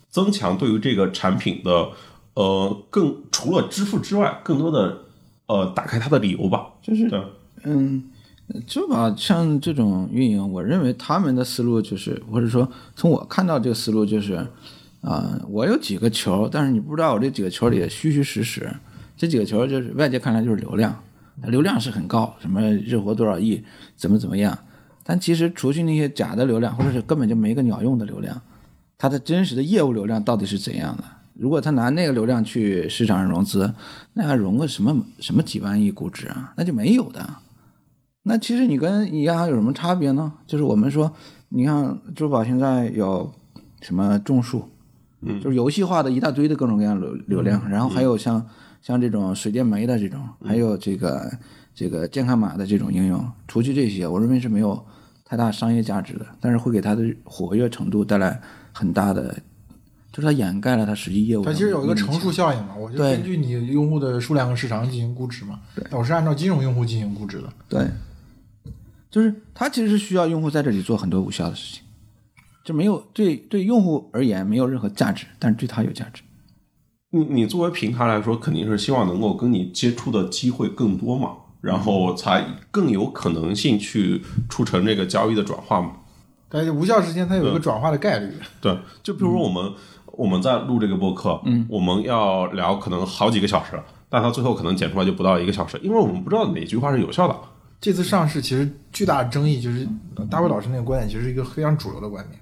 B: 增强对于这个产品的呃更除了支付之外，更多的呃打开它的理由吧，
C: 就是
B: 对。
C: 嗯，就把像这种运营，我认为他们的思路就是，或者说从我看到这个思路就是，啊、我有几个球，但是你不知道我这几个球里的虚虚实实，这几个球就是外界看来就是流量，流量是很高，什么日活多少亿，怎么怎么样，但其实除去那些假的流量，或者是根本就没个鸟用的流量，它的真实的业务流量到底是怎样的？如果他拿那个流量去市场上融资，那还融个什么什么几万亿估值啊？那就没有的。那其实你跟银行有什么差别呢？就是我们说，你看支付宝现在有什么种树，嗯，就是游戏化的一大堆的各种各样流
A: 嗯
C: 流量，然后还有像、像这种水电煤的这种，还有这个这个健康码的这种应用，除去这些，我认为是没有太大商业价值的，但是会给它的活跃程度带来很大的，就是它掩盖了它实际业务
A: 它
C: 上的
A: 其
C: 影响。
A: 实有一个乘数效应嘛，我就
C: 对
A: 根据你用户的数量和市场进行估值嘛。那我是按照金融用户进行估值的。
C: 对，就是它其实是需要用户在这里做很多无效的事情，就没有对对用户而言没有任何价值，但是对他有价值。
B: 你你作为平台来说，肯定是希望能够跟你接触的机会更多嘛，然后才更有可能性去促成这个交易的转化嘛。
A: 但是无效之间它有
C: 嗯
A: 一个转化的概率。
B: 对，就比如说我们、我们在录这个播客，嗯，我们要聊可能好几个小时，但它最后可能剪出来就不到一个小时，因为我们不知道哪句话是有效的。
A: 这次上市其实巨大的争议就是呃大卫老师那个观点，其实是一个非常主流的观点，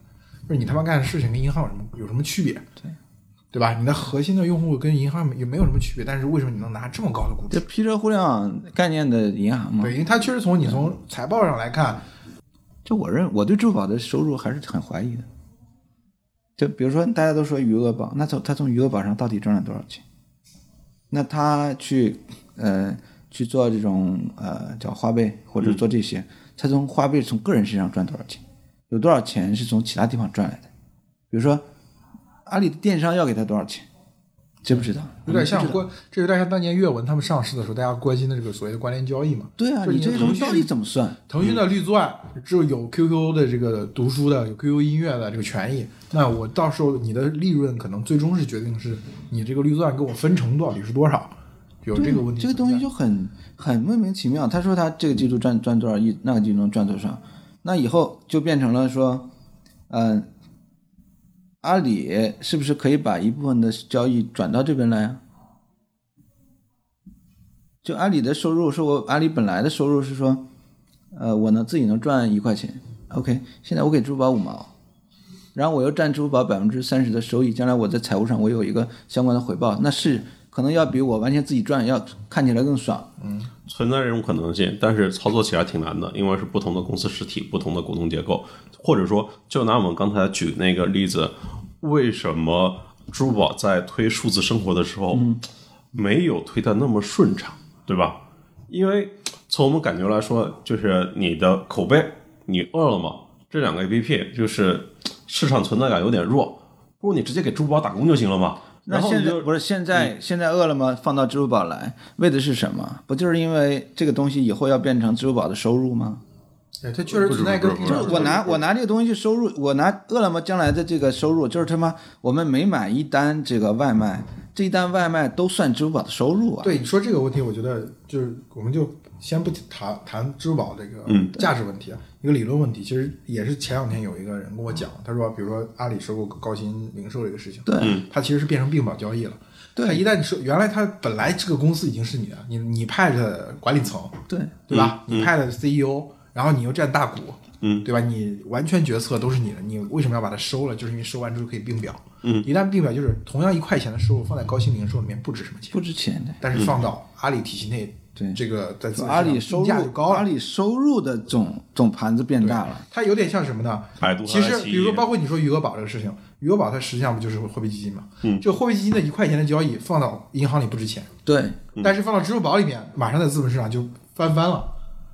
A: 就是你他妈干的事情跟银行有什么有什么区别？对，对吧？你的核心的用户跟银行也没有什么区别，但是为什么你能拿这么高的估值
C: 这？披着互联网概念的银行嘛
A: 对，，因嗯为它确实从你从财报上来看，
C: 就我认我对支付宝的收入还是很怀疑的。就比如说大家都说余额宝，那从他从余额宝上到底赚了多少钱？那他去呃去做这种呃叫花呗或
A: 嗯
C: 者做这些，他从花呗从个人身上赚多少钱？有多少钱是从其他地方赚来的？比如说阿里的电商要给他多少钱？知不知道？嗯
A: 有点
C: 我
A: 像
C: 们不知道
A: 关，这有点像当年阅文他们上市的时候，大家关心的这个所谓的关联交易嘛。
C: 对啊，
A: 就
C: 你
A: 你
C: 这些
A: 腾
C: 东西
A: 讯
C: 到底怎么算？
A: 腾讯的绿钻只有有 QQ 的这个读书的，有 QQ 音乐的这个权益。那我到时候你的利润可能最终是决定是你这个绿钻给我分成多少，你是多少，有这个问题存在。
C: 这个东西就很很莫名其妙。他说他这个季度赚赚多少亿，那个季度能赚多少，那以后就变成了说，嗯、阿里是不是可以把一部分的交易转到这边来啊？就阿里的收入是我阿里本来的收入是说，呃，我能自己能赚一块钱，OK，现在我给支付宝五毛，然后我又占支付宝百分之三十的收益，将来我在财务上我有一个相关的回报，那是可能要比我完全自己赚要看起来更爽。
B: 存在这种可能性，但是操作起来挺难的，因为是不同的公司实体、不同的股东结构，或者说，就拿我们刚才举那个例子，为什么珠宝在推数字生活的时候，
C: 嗯
B: 没有推的那么顺畅，对吧？因为从我们感觉来说，就是你的口碑，你饿了么这两个 APP，就是市场存在感有点弱，不如你直接给珠宝打工就行了嘛。
C: 那
B: 然后
C: 现
B: 你
C: 在嗯
B: 就
C: 不是现在现在饿了么放到支付宝来，为的是什么？不就是因为这个东西以后要变成支付宝的收入吗？
A: 对，它确实存在一个
B: 不是不
A: 一
B: 是不
A: 种
B: 是
C: 我拿我拿这个东西去收入，我拿饿了么将来的这个收入，就是他妈我们每买一单这个外卖，这一单外卖都算支付宝的收入啊。
A: 对你说这个问题，我觉得就是我们就先不谈谈支付宝这个价值问题啊，一个理论问题，其实也是前两天有一个人跟我讲，他说，比如说阿里收购高鑫零售这个事情，
C: 对
A: 它其实是变成并保交易了。
C: 对
A: 它一旦收，原来它本来这个公司已经是你的，你你派的管理层，
C: 对
A: 对吧？你派的 CEO，然后你又占大股，
B: 嗯，
A: 对吧？你完全决策都是你的，你为什么要把它收了？就是因为收完之后可以并表，嗯，一旦并表就是同样一块钱的收入放在高鑫零售里面不值什么钱，
C: 不值钱的。
A: 但是放到阿里体系内，
C: 嗯对
A: 这个在资本市场
C: 阿里收
A: 定价就
C: 入，
A: 高
C: 阿
A: 了。
C: 里收入的总总盘子变大了。
A: 它有点像什么呢？
B: 百度和
A: 其实
B: 爱奇艺
A: 比如说包括你说余额宝这个事情，余额宝它实际上不就是货币基金嘛？嗯，就货币基金的一块钱的交易放到银行里不值钱，
C: 对，
B: 嗯
A: 但是放到支付宝里面，马上在资本市场就翻番了。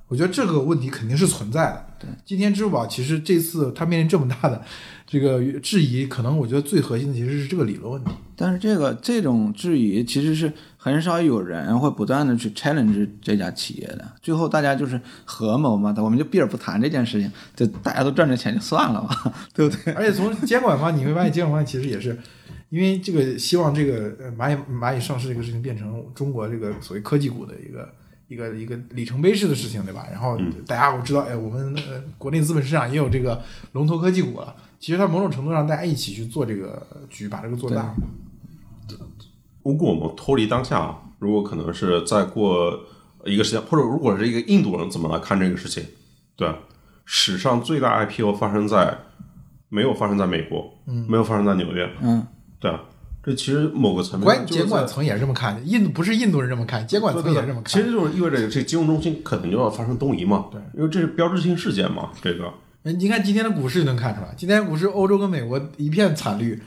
A: 我觉得这个问题肯定是存在的。对，今天支付宝其实这次它面临这么大的这个质疑，可能我觉得最核心的其实是这个理论问题。
C: 但是这个这种质疑其实是很少有人会不断的去 challenge 这家企业的。最后大家就是合谋嘛，我们就避而不谈这件事情，就大家都赚着钱就算了吧， 对不对？
A: 而且从监管方你会发现，监管方其实也是因为这个希望这个呃蚂蚁蚂蚁上市这个事情变成中国这个所谓科技股的一个一个一个里程碑式的事情，对吧？然后大家我知道，哎，我们呃国内资本市场也有这个龙头科技股了。其实它某种程度上，大家一起去做这个局，把这个做大。
B: 如果我们脱离当下，啊，如果可能是再过一个时间，或者如果是一个印度人怎么来看这个事情？对，史上最大 IPO 发生在没有发生在美国，嗯，没有发生在纽约，
C: 嗯，
B: 对啊，这其实某个层面
A: 管
B: 就是
A: 监管层也是这么看的，印度不是印度人这么看，监管层
B: 对
A: 也
B: 的
A: 是这么看。
B: 其实就是意味着这金融中心可能就要发生东移嘛，对，因为这是标志性事件嘛，这个
A: 人你看今天的股市就能看出来，今天股市欧洲跟美国一片惨绿，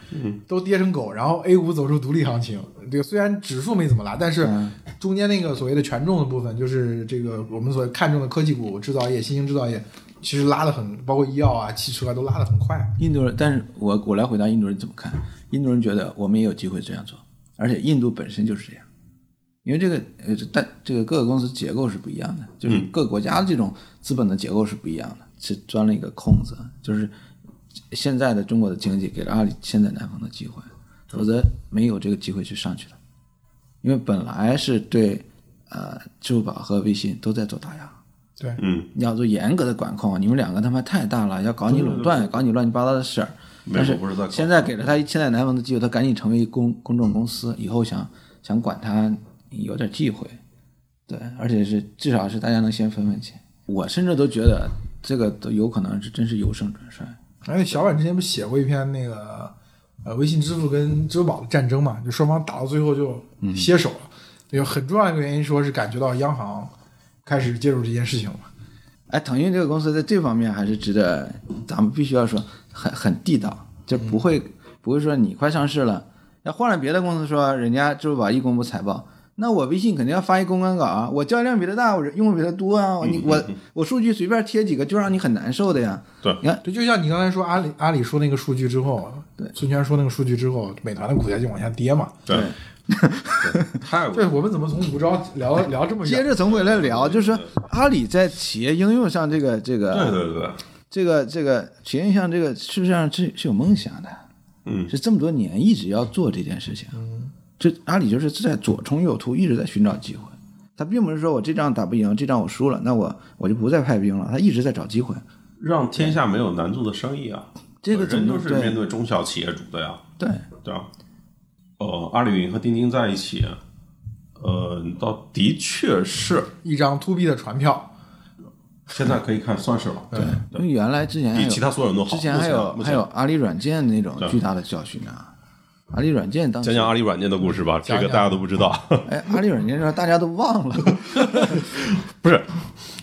A: 都跌成狗，然后 A 股走出独立行情。对，虽然指数没怎么拉，但是中间那个所谓的权重的部分，就是这个我们所看重的科技股、制造业、新兴制造业，其实拉得很，包括医药啊、汽车啊，都拉得很快。
C: 印度人，但是我我来回答印度人怎么看？印度人觉得我们也有机会这样做，而且印度本身就是这样，因为这个呃，这但这个各个公司结构是不一样的，就是各国家的这种资本的结构是不一样的，是钻了一个空子，就是现在的中国的经济给了阿里千载难逢的机会，否则没有这个机会去上去的，因为本来是对呃支付宝和微信都在做打压，
A: 对，
B: 嗯
C: 你要做严格的管控，啊你们两个他妈太大了，要搞你垄断，搞你乱七八糟的事儿。
B: 美国
C: 但是
B: 不是在搞
C: 现在给了他一千载难逢的机会，他赶紧成为一公公众公司，以后想想管他有点忌讳，对，而且是至少是大家能先分分钱。我甚至都觉得这个都有可能是真是由盛转衰，
A: 而且小婉之前不是写过一篇那个呃微信支付跟支付宝的战争嘛，就双方打到最后就歇手了。有很重要一个原因，说是感觉到央行开始介入这件事情了。
C: 哎，腾讯这个公司在这方面还是值得，咱们必须要说很很地道，就不会、不会说你快上市了，要换了别的公司说人家支付宝一公布财报，那我微信肯定要发一公关稿啊，我交易量比他大，我人用户比他多啊，我你我我数据随便贴几个就让你很难受的呀。
B: 对
C: 你看
A: 对，就像你刚才说阿里阿里说那个数据之后，对孙权说那个数据之后，美团的股价就往下跌嘛。
B: 对，对太
A: 对，我们怎么从吴钊聊聊这么
C: 接
A: 远？
C: 着从回来聊，就是说阿里在企业应用上这个这个
B: 对对对，
C: 这个这个企业像这个事实上是是有梦想的，
B: 嗯
C: 是这么多年一直要做这件事情，嗯，这阿里就是在左冲右突，一直在寻找机会。他并不是说我这仗打不赢，这仗我输了，那我我就不再派兵了。他一直在找机会，
B: 让天下没有难做的生意啊，
C: 这个怎
B: 人
C: 么
B: 都是面对中小企业主的呀，
C: 对
B: 对啊，呃，阿里云和钉钉在一起，呃，倒的确是
A: 一张 to B 的传票，
B: 现在可以看算是了，对，
C: 对，因为原来之前还
B: 比
C: 有
B: 其他所有人都好。
C: 之前还
B: 目
C: 有
B: 前目
C: 还
B: 前
C: 有阿里软件那种巨大的教训呢，啊阿里软件当
B: 讲
C: 时，
B: 讲阿里软件的故事吧，这
A: 讲
B: 个
A: 讲
B: 大家都不知道。
C: 哎，阿里软件让大家都忘了，
B: 不是，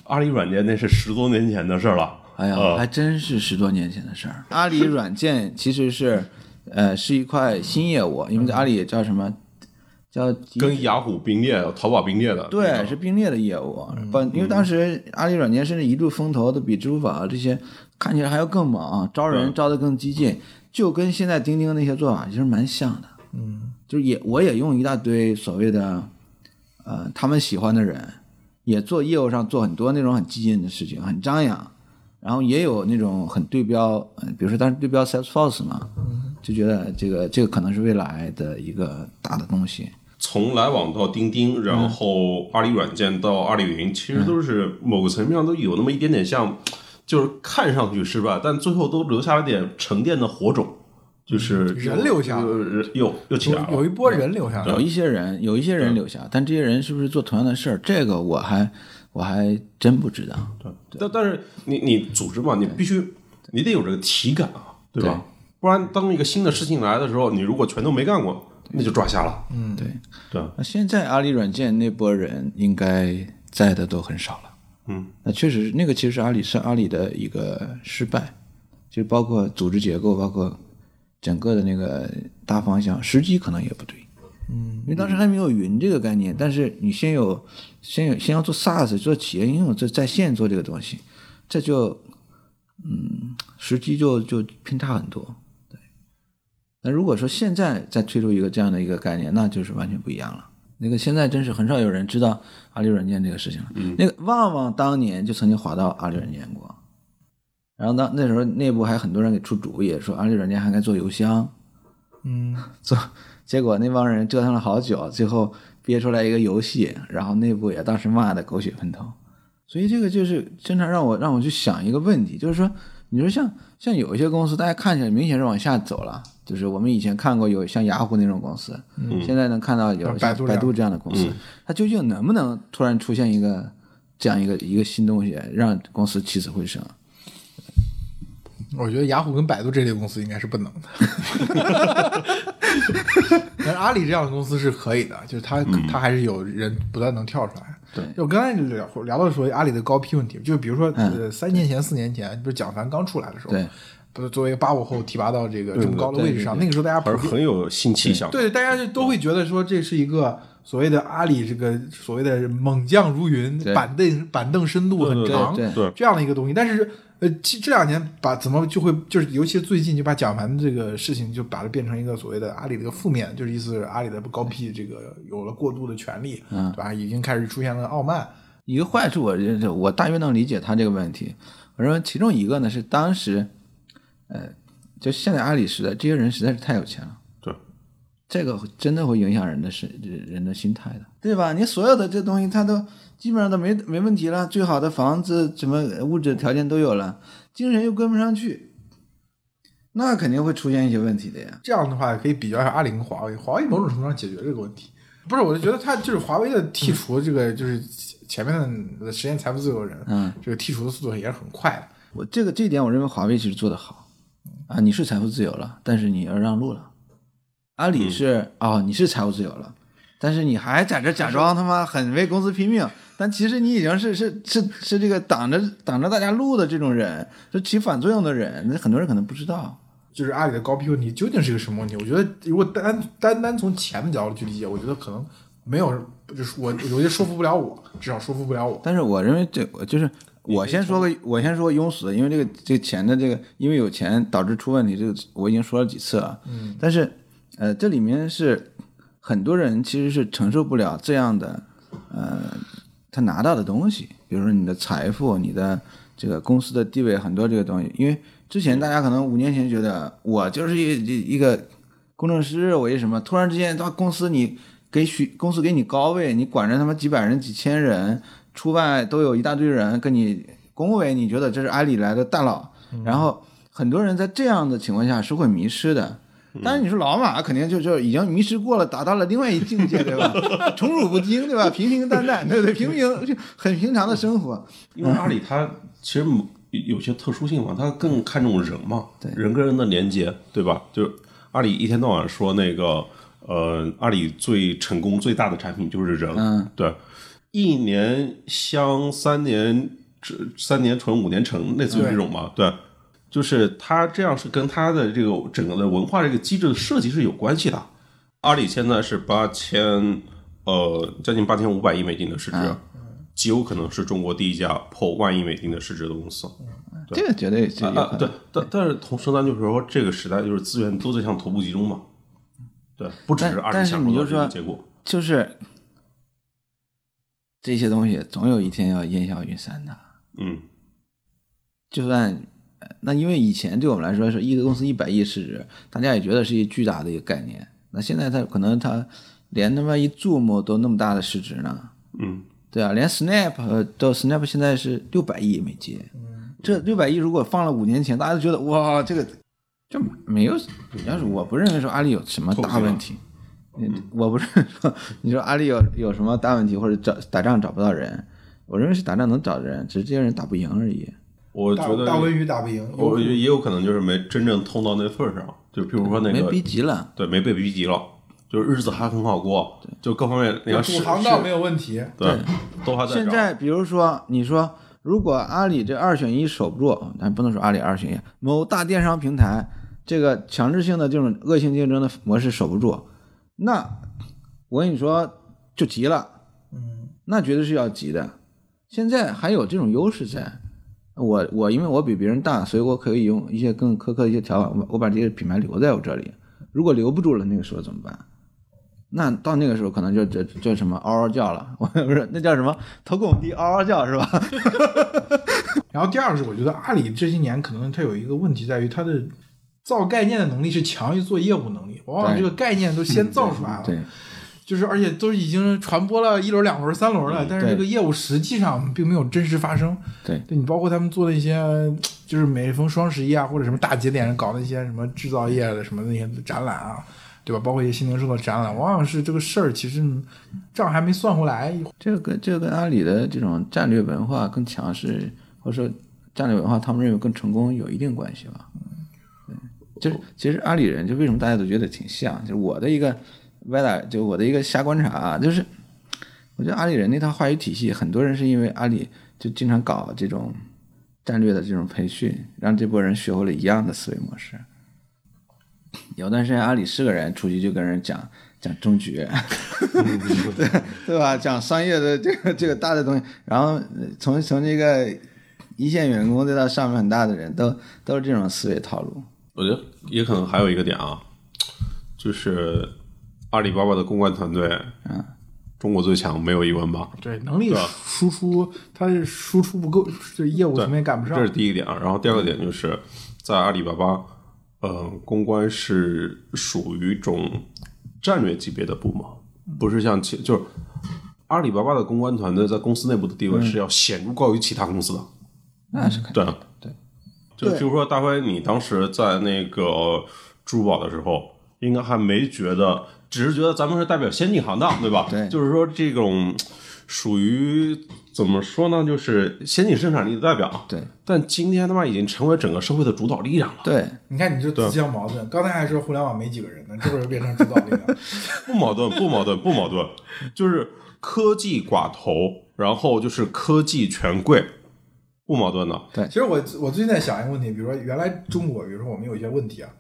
B: 阿里软件那是十多年前的事儿了。
C: 哎呀，
B: 呃
C: 还真是十多年前的事儿。阿里软件其实是，呃，是一块新业务，因为阿里也叫什么，叫集
B: 跟雅虎并列、淘宝并列的。
C: 对，是并列的业务。不，因为当时阿里软件甚至一路风头都比支付宝啊这些看起来还要更猛啊，招人招的更激进，就跟现在钉钉那些做法其实蛮像的。嗯，就是也我也用一大堆所谓的，呃，他们喜欢的人，也做业务上做很多那种很激进的事情，很张扬。然后也有那种很对标，呃，比如说当时对标 Salesforce 嘛，就觉得这个这个可能是未来的一个大的东西。
B: 从来往到钉钉，然后阿里软件到阿里云，其实都是某个层面上都有那么一点点像，就是看上去失败，但最后都留下了点沉淀的火种，就是
A: 人留下了
B: 又又又起来
A: 有有
B: 了。
A: 一波人留下来
C: 有
A: 了，
C: 一些人，有一些人留下，但这些人是不是做同样的事儿，这个我还我还真不知道。
B: 但但是你你组织嘛，你必须你得有这个体感啊，对吧？不然当一个新的事情来的时候，你如果全都没干过，那就抓瞎了。
C: 嗯，对。
B: 对，
C: 那现在阿里软件那波人应该在的都很少了。
B: 嗯，
C: 那确实，那个其实是阿里是阿里的一个失败，就包括组织结构，包括整个的那个大方向，时机可能也不对。嗯，因为当时还没有云这个概念，但是你先有先有先要做 SaaS 做企业应用，这在线做这个东西，这就嗯时机就就偏差很多。那如果说现在再推出一个这样的一个概念，那就是完全不一样了。那个现在真是很少有人知道阿里软件这个事情了。那个旺旺当年就曾经滑到阿里软件过，然后当那时候内部还很多人给出主意，说阿里软件还该做邮箱，
A: 嗯，
C: 做，结果那帮人折腾了好久，最后憋出来一个游戏，然后内部也当时骂的狗血喷头。所以这个就是经常让我让我去想一个问题，就是说，你说像像有一些公司，大家看起来明显是往下走了，就是我们以前看过有像雅虎那种公司，现在能看到有
A: 嗯像
C: 像
A: 百度这
C: 百
A: 样嗯
C: 度这样的公司，它究竟能不能突然出现一个这样一个一个新东西，让公司起死回生？
A: 我觉得雅虎跟百度这类公司应该是不 能的，但是阿里这样的公司是可以的，就是它、它还是有人不断能跳出来。
C: 对
A: 就刚才聊聊到说阿里的高 P 问题，就比如说、呃三年前、四年前，不是蒋凡刚出来的时候
C: 对，
A: 不是作为八五后提拔到这个这么高的位置上，那个时候大家普
B: 还是
A: 遍
B: 很有新气象。
A: 对，大家就都
B: 嗯
A: 会觉得说这是一个所谓的阿里这个所谓的猛将如云，
C: 对
A: 板凳板凳深度很
B: 对
A: 长，
C: 对
B: 对
A: 这样的一个东西。但是呃，其这两年把怎么就会就是，尤其最近就把蒋凡这个事情就把它变成一个所谓的阿里的一个负面，就是意思是阿里的高 P 这个有了过度的权利，
B: 嗯
A: 对吧？已经开始出现了傲慢，
C: 一个坏处我认识，我大约能理解他这个问题。我认为其中一个呢是当时，呃，就现在阿里时代，这些人实在是太有钱了，
B: 对，
C: 这个真的会影响人的是人的心态的，对吧？你所有的这东西，他都基本上都没没问题了，最好的房子、什么物质条件都有了，精神又跟不上去，那肯定会出现一些问题的呀。
A: 这样的话可以比较一下阿里跟华为，华为某种程度上解决这个问题。不是，我就觉得它就是华为的剔除这个就是前面的实现财富自由的人，
C: 嗯，
A: 这个剔除的速度也是很快的。
C: 我这个这一点，我认为华为其实做得好啊，你是财富自由了，但是你要让路了。阿里是、哦，你是财务自由了，但是你还在这假装他妈很为公司拼命，但其实你已经是是是是这个挡着挡着大家路的这种人，就起反作用的人，那很多人可能不知道。
A: 就是阿里的高 P 问题究竟是个什么问题？我觉得如果单单单从钱的角度去理解，我觉得可能没有，就是我我觉得说服不了我，至少说服不了我。
C: 但是我认为这我就是我先说个我先说个庸俗的，因为这个这个钱的这个因为有钱导致出问题，这个我已经说了几次了。嗯，但是呃，这里面是很多人其实是承受不了这样的呃，他拿到的东西，比如说你的财富、你的这个公司的地位，很多这个东西，因为之前大家可能五年前觉得我就是一一一个工程师，我一什么，突然之间到公司你给许公司给你高位，你管着他妈几百人、几千人，出外都有一大堆人跟你恭维，你觉得这是阿里来的大佬，
B: 嗯
C: 然后很多人在这样的情况下是会迷失的。
B: 嗯
C: 但是你说老马肯定就就已经迷失过了，达到了另外一境界，对吧？ 宠辱不惊，对吧？平平淡淡，对对，平平就很平常的生活。
B: 因为阿里它其实某有有些特殊性嘛，它更看重人嘛，人跟人的连接，对吧？就是阿里一天到晚说那个呃，阿里最成功最大的产品就是人，
C: 嗯
B: 对，一年香，三年这三年纯，五年成，类似于这种嘛，对。就是它这样是跟它的这个整个的文化这个机制的设计是有关系的。阿里现在是八千呃将近八千五百亿美金的市值，极有可能是中国第一家破万亿美金的市值的公司。
C: 这个绝对是有
B: 啊嗯
C: 可，能。
B: 对，但但是同时呢，就是说这个时代就是资源都在向头部集中嘛，对，不只是
C: 但
B: 二
C: 但
B: 十
C: 是
B: 项
C: 你
B: 目
C: 就
B: 的这个
C: 说
B: 结果。
C: 就是这些东西总有一天要烟消云散的。
B: 嗯
C: 就算呃那因为以前对我们来说是一个公司一百亿市值，大家也觉得是一巨大的一个概念。那现在它可能它连他妈一 Zoom 都那么大的市值呢，
B: 嗯，
C: 对啊，连 Snap 呃到 Snap 现在是六百亿美金，
B: 嗯
C: 这六百亿如果放了五年前，大家都觉得哇这个就没有，要是我不认为说阿里有什么大问题。嗯，我不是说你说阿里有有什么大问题，或者找打仗找不到人，我认为是打仗能找人，只是这些人打不赢而已。
B: 我
A: 大
B: 觉得
A: 大文娱打不赢，
B: 我觉得也有可能就是没真正通到那份儿上，就比如说那
C: 没
B: 个
C: 逼急了。
B: 对没被逼急了，就是日子还很好过，就各方面你要
A: 主
B: 是
A: 航道没有问题，
B: 对都还在
C: 现
B: 找
C: 在比如说，你说如果阿里这二选一守不住，咱不能说阿里二选一，某大电商平台这个强制性的这种恶性竞争的模式守不住，那我跟你说就急了，
A: 嗯，
C: 那绝对是要急的。现在还有这种优势在。我我因为我比别人大，所以我可以用一些更苛刻的一些条款，我我把这些品牌留在我这里。如果留不住了，那个时候怎么办？那到那个时候可能就就就什么嗷嗷叫了， 我不是那叫什么头拱地嗷嗷叫是吧？
A: 然后第二个是，我觉得阿里这些年可能它有一个问题在于它的造概念的能力是强于做业务能力，往往
C: 对嗯
A: 这个概念都先造出来了，
C: 对，
A: 就是而且都已经传播了一轮、两轮、三轮了，但是
C: 嗯
A: 这
C: 对
A: 个业务实际上并没有真实发生。
C: 对
A: 对你包括他们做的一些，就是每逢双十一啊，或者什么大节点上搞那些什么制造业的什么那些展览啊，对吧？包括一些新零售的展览，往往是这个事儿其实账还没算回来，
C: 这个跟这个跟阿里的这种战略文化更强势，或者说战略文化他们认为更成功有一定关系吧。对，就是其实阿里人就为什么大家都觉得挺像，就是我的一个歪打，就我的一个瞎观察啊，就是我觉得阿里人那套话语体系，很多人是因为阿里就经常搞这种战略的这种培训，让这波人学会了一样的思维模式。有段时间阿里是个人出去就跟人讲讲终局，对吧？讲商业的这个这个大的东西，然后呃从从这个一线员工再到上面很大的人都都是这种思维套路。
B: 我觉得也可能还有一个点啊，就是阿里巴巴的公关团队，嗯，中国最强没有一文吧，
A: 对能力
C: 啊
A: 输出它是输出不够，这业务层面赶不上
B: 这。是第一点啊。然后第二个点就是在阿里巴巴，呃，公关是属于一种战略级别的部门，不是像其就是阿里巴巴的公关团队在公司内部的地位是要显著高于其他公司的，
C: 那是肯定
B: 对啊
C: 对，
B: 就
A: 对
B: 比如说大辉，你当时在那个支付宝的时候，应该还没觉得，只是觉得咱们是代表先进行当，对吧？
C: 对
B: 就是说这种属于怎么说呢，就是先进生产力的代表。啊
C: 对
B: 但今天他妈已经成为整个社会的主导力量了，
C: 对，
A: 你看你这自相矛盾，刚才还说互联网没几个人呢，这会儿又变成主导力量。
B: 不矛盾，不矛盾，不矛盾，就是科技寡头，然后就是科技权贵，不矛盾的。
A: 其实我我最近在想一个问题，比如说原来中国，比如说我们有一些问题啊，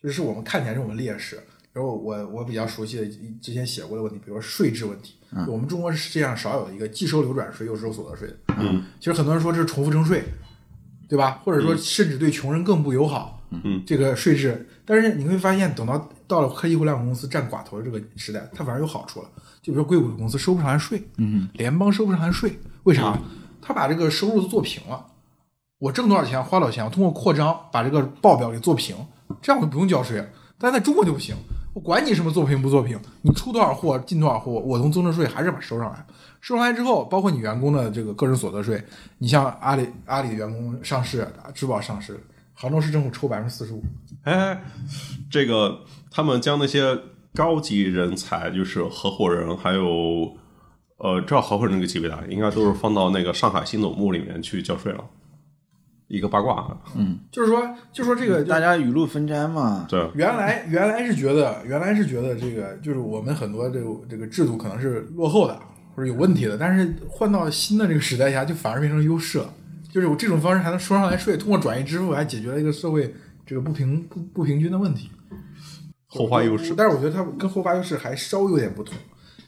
A: 就是我们看起来是我们劣势，然后我我比较熟悉的之前写过的问题，比如说税制问题，我们中国是世界上少有的一个既收流转税又收所得税的。嗯，其实很多人说这是重复征税，对吧？或者说甚至对穷人更不友好。嗯，这个税制，但是你会发现，等到到了科技互联网公司占寡头的这个时代，它反而有好处了。就比如说硅谷的公司收不上来税，嗯，联邦收不上来税，为啥？他把这个收入都做平了。我挣多少钱，花多少钱，我通过扩张把这个报表给做平，这样我就不用交税了。但在中国就不行，我管你什么做平不做平，你出多少货进多少货，我从增值税还是把它收上来。收上来之后，包括你员工的这个个人所得税，你像阿里阿里的员工上市，支付宝上市，杭州市政府抽百分之四十五，
B: 哎，这个他们将那些高级人才，就是合伙人，还有啊呃，知道合伙人那个级别的，应该都是放到那个上海新总部里面去交税了。一个八卦，
A: 嗯就是说，就说这个，
C: 大家语录分拆嘛，
B: 对，啊
A: 原来原来是觉得，原来是觉得这个就是我们很多这个这个制度可能是落后的或者有问题的，但是换到新的这个时代下，就反而变成优势了。就是我这种方式还能收上来税，通过转移支付来解决了一个社会这个不平不不平均的问题。
B: 后发优势。
A: 但是我觉得它跟后发优势还稍微有点不同，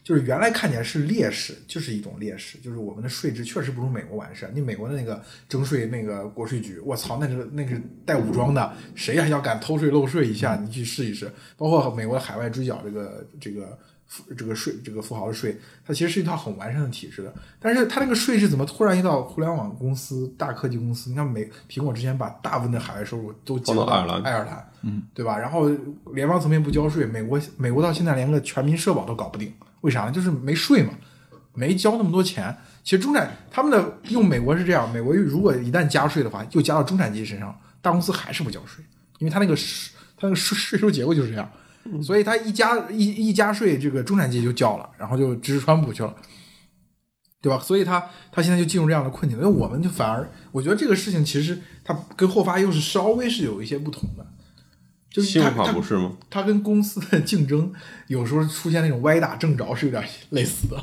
A: 就是原来看起来是劣势，就是一种劣势，就是我们的税制确实不如美国完善。你美国的那个征税那个国税局，我操，那是那个是带武装的，谁呀要敢偷税漏税一下，你去试一试。包括美国海外追缴这个这个。富这个税，这个富豪的税，它其实是一套很完善的体制的。但是它这个税是怎么突然移到互联网公司、大科技公司？你看美苹果之前把大部分的海外收入都
B: 放
A: 交
B: 到爱尔兰
A: 爱尔兰，嗯，对吧？然后联邦层面不交税，美国美国到现在连个全民社保都搞不定，为啥呢？就是没税嘛，没交那么多钱。其实中产他们的用美国是这样，美国如果一旦加税的话，又加到中产阶级身上，大公司还是不交税，因为他那个税他那个税税收结构就是这样，
B: 嗯
A: 所以他一加一一加税，这个中产阶级就交了，然后就支持川普去了。对吧？所以他他现在就进入这样的困境，因为我们就反而，我觉得这个事情其实它跟后发优势稍微是有一些不同的，就是
B: 信
A: 它
B: 用卡不是吗？
A: 它跟公司的竞争有时候出现那种歪打正着是有点类似的。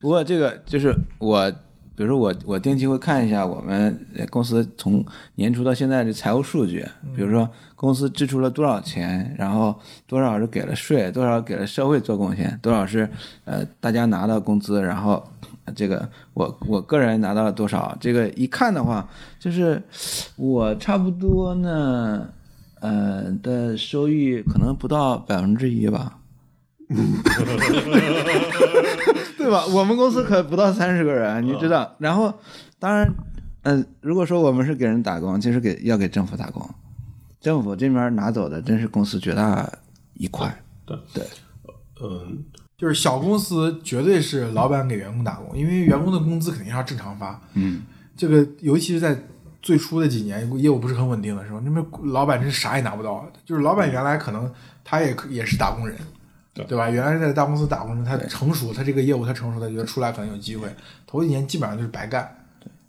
C: 不过这个就是我，比如说我，我定期会看一下我们呃公司从年初到现在的财务数据，比如说公司支出了多少钱，然后多少是给了税，多少给了社会做贡献，多少是呃大家拿到工资，然后呃这个我我个人拿到了多少，这个一看的话，就是我差不多呢，呃的收益可能不到百分之一吧。对吧？我们公司可不到三十个人，你知道。然后，当然，嗯、如果说我们是给人打工，其实给要给政府打工，政府这边拿走的真是公司绝大一块。
B: 嗯，
A: 就是小公司绝对是老板给员工打工，因为员工的工资肯定要正常发。嗯，这个尤其是在最初的几年业务不是很稳定的时候，那边老板真是啥也拿不到。就是老板原来可能他也也是打工人，
B: 对
A: 对吧？原来在大公司打工人，他成熟，他这个业务他成熟，他觉得出来可能有机会，头几年基本上就是白干。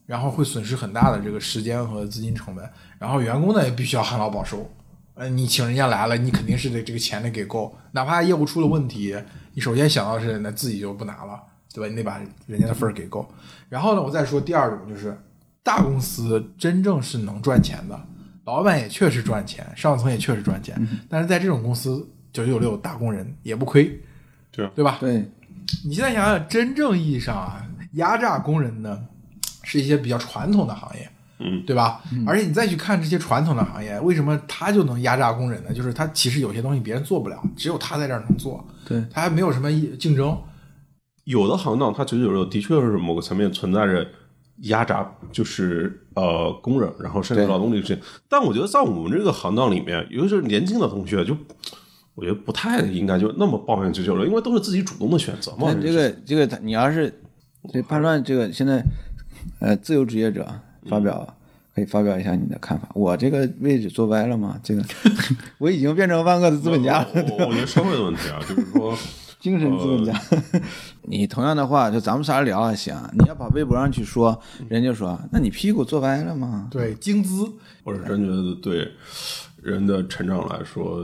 A: 然后会损失很大的这个时间和资金成本，然后员工呢也必须要旱涝保收，呃，你请人家来了，你肯定是得这个钱得给够，哪怕业务出了问题，你首先想到的是那自己就不拿了，对吧？你得把人家的份儿给够。然后呢，我再说第二种，就是大公司真正是能赚钱的，老板也确实赚钱，上层也确实赚钱，但是在这种公司，九九六打工人也不亏，
B: 对啊
A: 对吧？
C: 对，
A: 你现在想想，真正意义上啊，压榨工人的是一些比较传统的行业，
B: 嗯，
A: 对吧？而且你再去看这些传统的行业，为什么他就能压榨工人呢？就是他其实有些东西别人做不了，只有他在这儿能做，
C: 对，
A: 他还没有什么竞争，
B: 有的行当它九九六的确是某个层面存在着压榨，就是呃工人，然后甚至劳动力这，但我觉得在我们这个行当里面，尤其是年轻的同学，就我觉得不太应该就那么抱怨九九六，因为都是自己主动的选择嘛。
C: 但这
B: 是
C: 个这个他，你要是这判断这个现在，呃，自由职业者发表、可以发表一下你的看法。我这个位置坐歪了吗？这个 我已经变成万恶的资本家了。
B: 我我我觉得社会的问题啊，就是说，
C: 精神资本家。呃你同样的话，就咱们仨聊也行。你要跑微博上去说，人家说，那你屁股坐歪了吗？
A: 对，精资。
B: 我是真觉得对人的成长来说，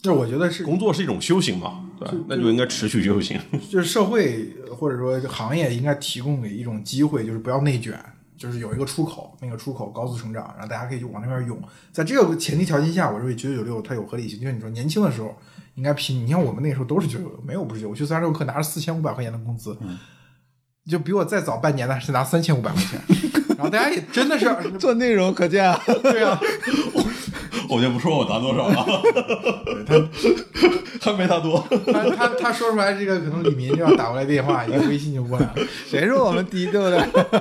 A: 这我觉得是，
B: 工作是一种修行嘛，对吧，那就应该持续修行。
A: 就是社会或者说行业应该提供给一种机会，就是不要内卷，就是有一个出口，那个出口高速成长，然后大家可以就往那边涌。在这个前提条件下，我认为九九六它有合理性。就是你说年轻的时候应该拼，你像我们那时候都是九九六，没有不是九，我去三十六课拿着四千五百块钱的工资，就比我再早半年的是拿三千五百块钱，然后大家也真的是
C: 做内容可见啊，
A: 对啊，
B: 我就不说我拿多少了，还没他 多。
A: 他他他说出来这个，可能李明就要打过来电话，一个微信就过来了。
C: 谁说我们低对不对？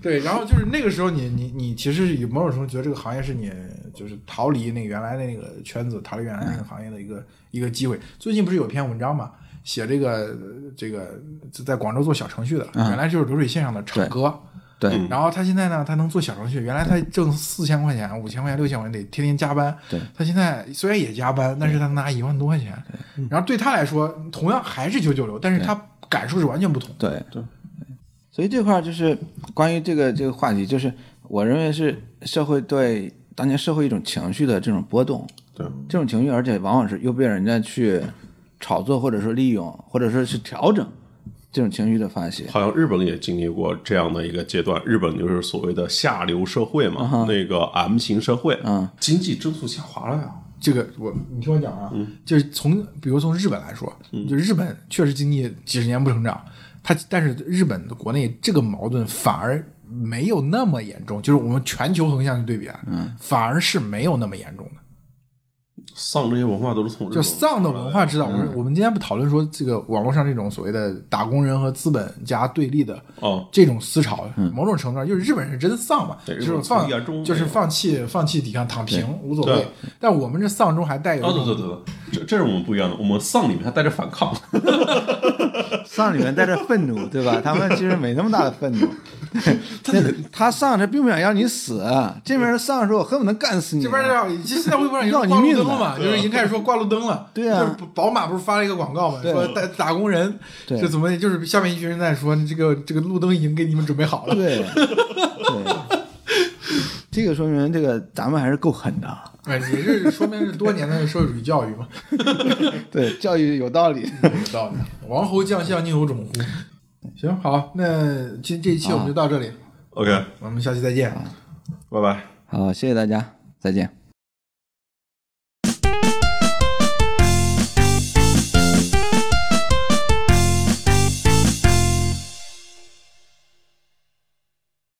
A: 对，然后就是那个时候你，你你其实有某种程度觉得这个行业是你就是逃离那个原来的那个圈子，逃离原来那个行业的一个、一个机会。最近不是有篇文章嘛，写这个呃这个在广州做小程序的，原来就是流水线上的唱歌。
C: 对
A: 然后他现在呢，他能做小程序。原来他挣四千块钱、五千块钱、六千块钱，得天天加班。
C: 对，
A: 他现在虽然也加班，但是他拿一万多块钱。然后对他来说，同样还是九九六，但是他感受是完全不同的。
C: 对，所以这块儿就是关于这个这个话题，就是我认为是社会对当年社会一种情绪的这种波动，
B: 对，
C: 这种情绪，而且往往是又被人家去炒作，或者说利用，或者说是调整这种情绪的发泄。
B: 好像日本也经历过这样的一个阶段，日本就是所谓的下流社会嘛，那个 M 型社会，
C: 啊嗯，
B: 经济增速下滑了呀，
A: 这个我你听我讲啊，
B: 嗯
A: 就是从比如从日本来说，就日本确实经济几十年不成长，它但是日本的国内这个矛盾反而没有那么严重，就是我们全球横向去对比啊，
B: 嗯
A: 反而是没有那么严重的。
B: 丧这些文化都是嗯从日
A: 就
B: 本
A: 丧的文化知道，我们我们今天不讨论说这个网络上这种所谓的打工人和资本家对立的
B: 哦，
A: 这种思潮，某种程度上就是日本人是真丧嘛，
B: 嗯对
A: 就
B: 日
A: 是
B: 本
A: 放
B: 从一而终
A: 就是
B: 那种
A: 放弃放弃抵抗躺平无所谓
B: 对，
A: 但我们这丧中还带有
B: 哦，
A: 一种
B: 对对对对，这这是我们不一样的，我们丧里面还带着反抗，
C: 丧里面带着愤 怒，对吧？他们其实没那么大的愤怒。 他丧是并不想要你死，啊这边丧说：“我恨不能干死你。”啊
A: 这边儿这其实现在微博上已经
C: 要你
A: 挂路
C: 命
A: 灯了
C: 了
A: 嘛，就是已经开始说挂路灯了。
C: 对啊
A: 就是宝马不是发了一个广告嘛，说打打工人
C: 对
A: 这怎么就是下面一群人在说这个这个路灯已经给你们准备好了。
C: 对对，这个说明这个咱们还是够狠的。啊
A: 哎，也是说明是多年的社会主义教 育嘛，
C: 对，教育有道 理。
A: 有道理。王侯将相宁有种乎？行，好，那今这一期我们就到这里，
B: OK，
A: 我们下期再见。
B: 拜拜。
C: 好，谢谢大家，再见。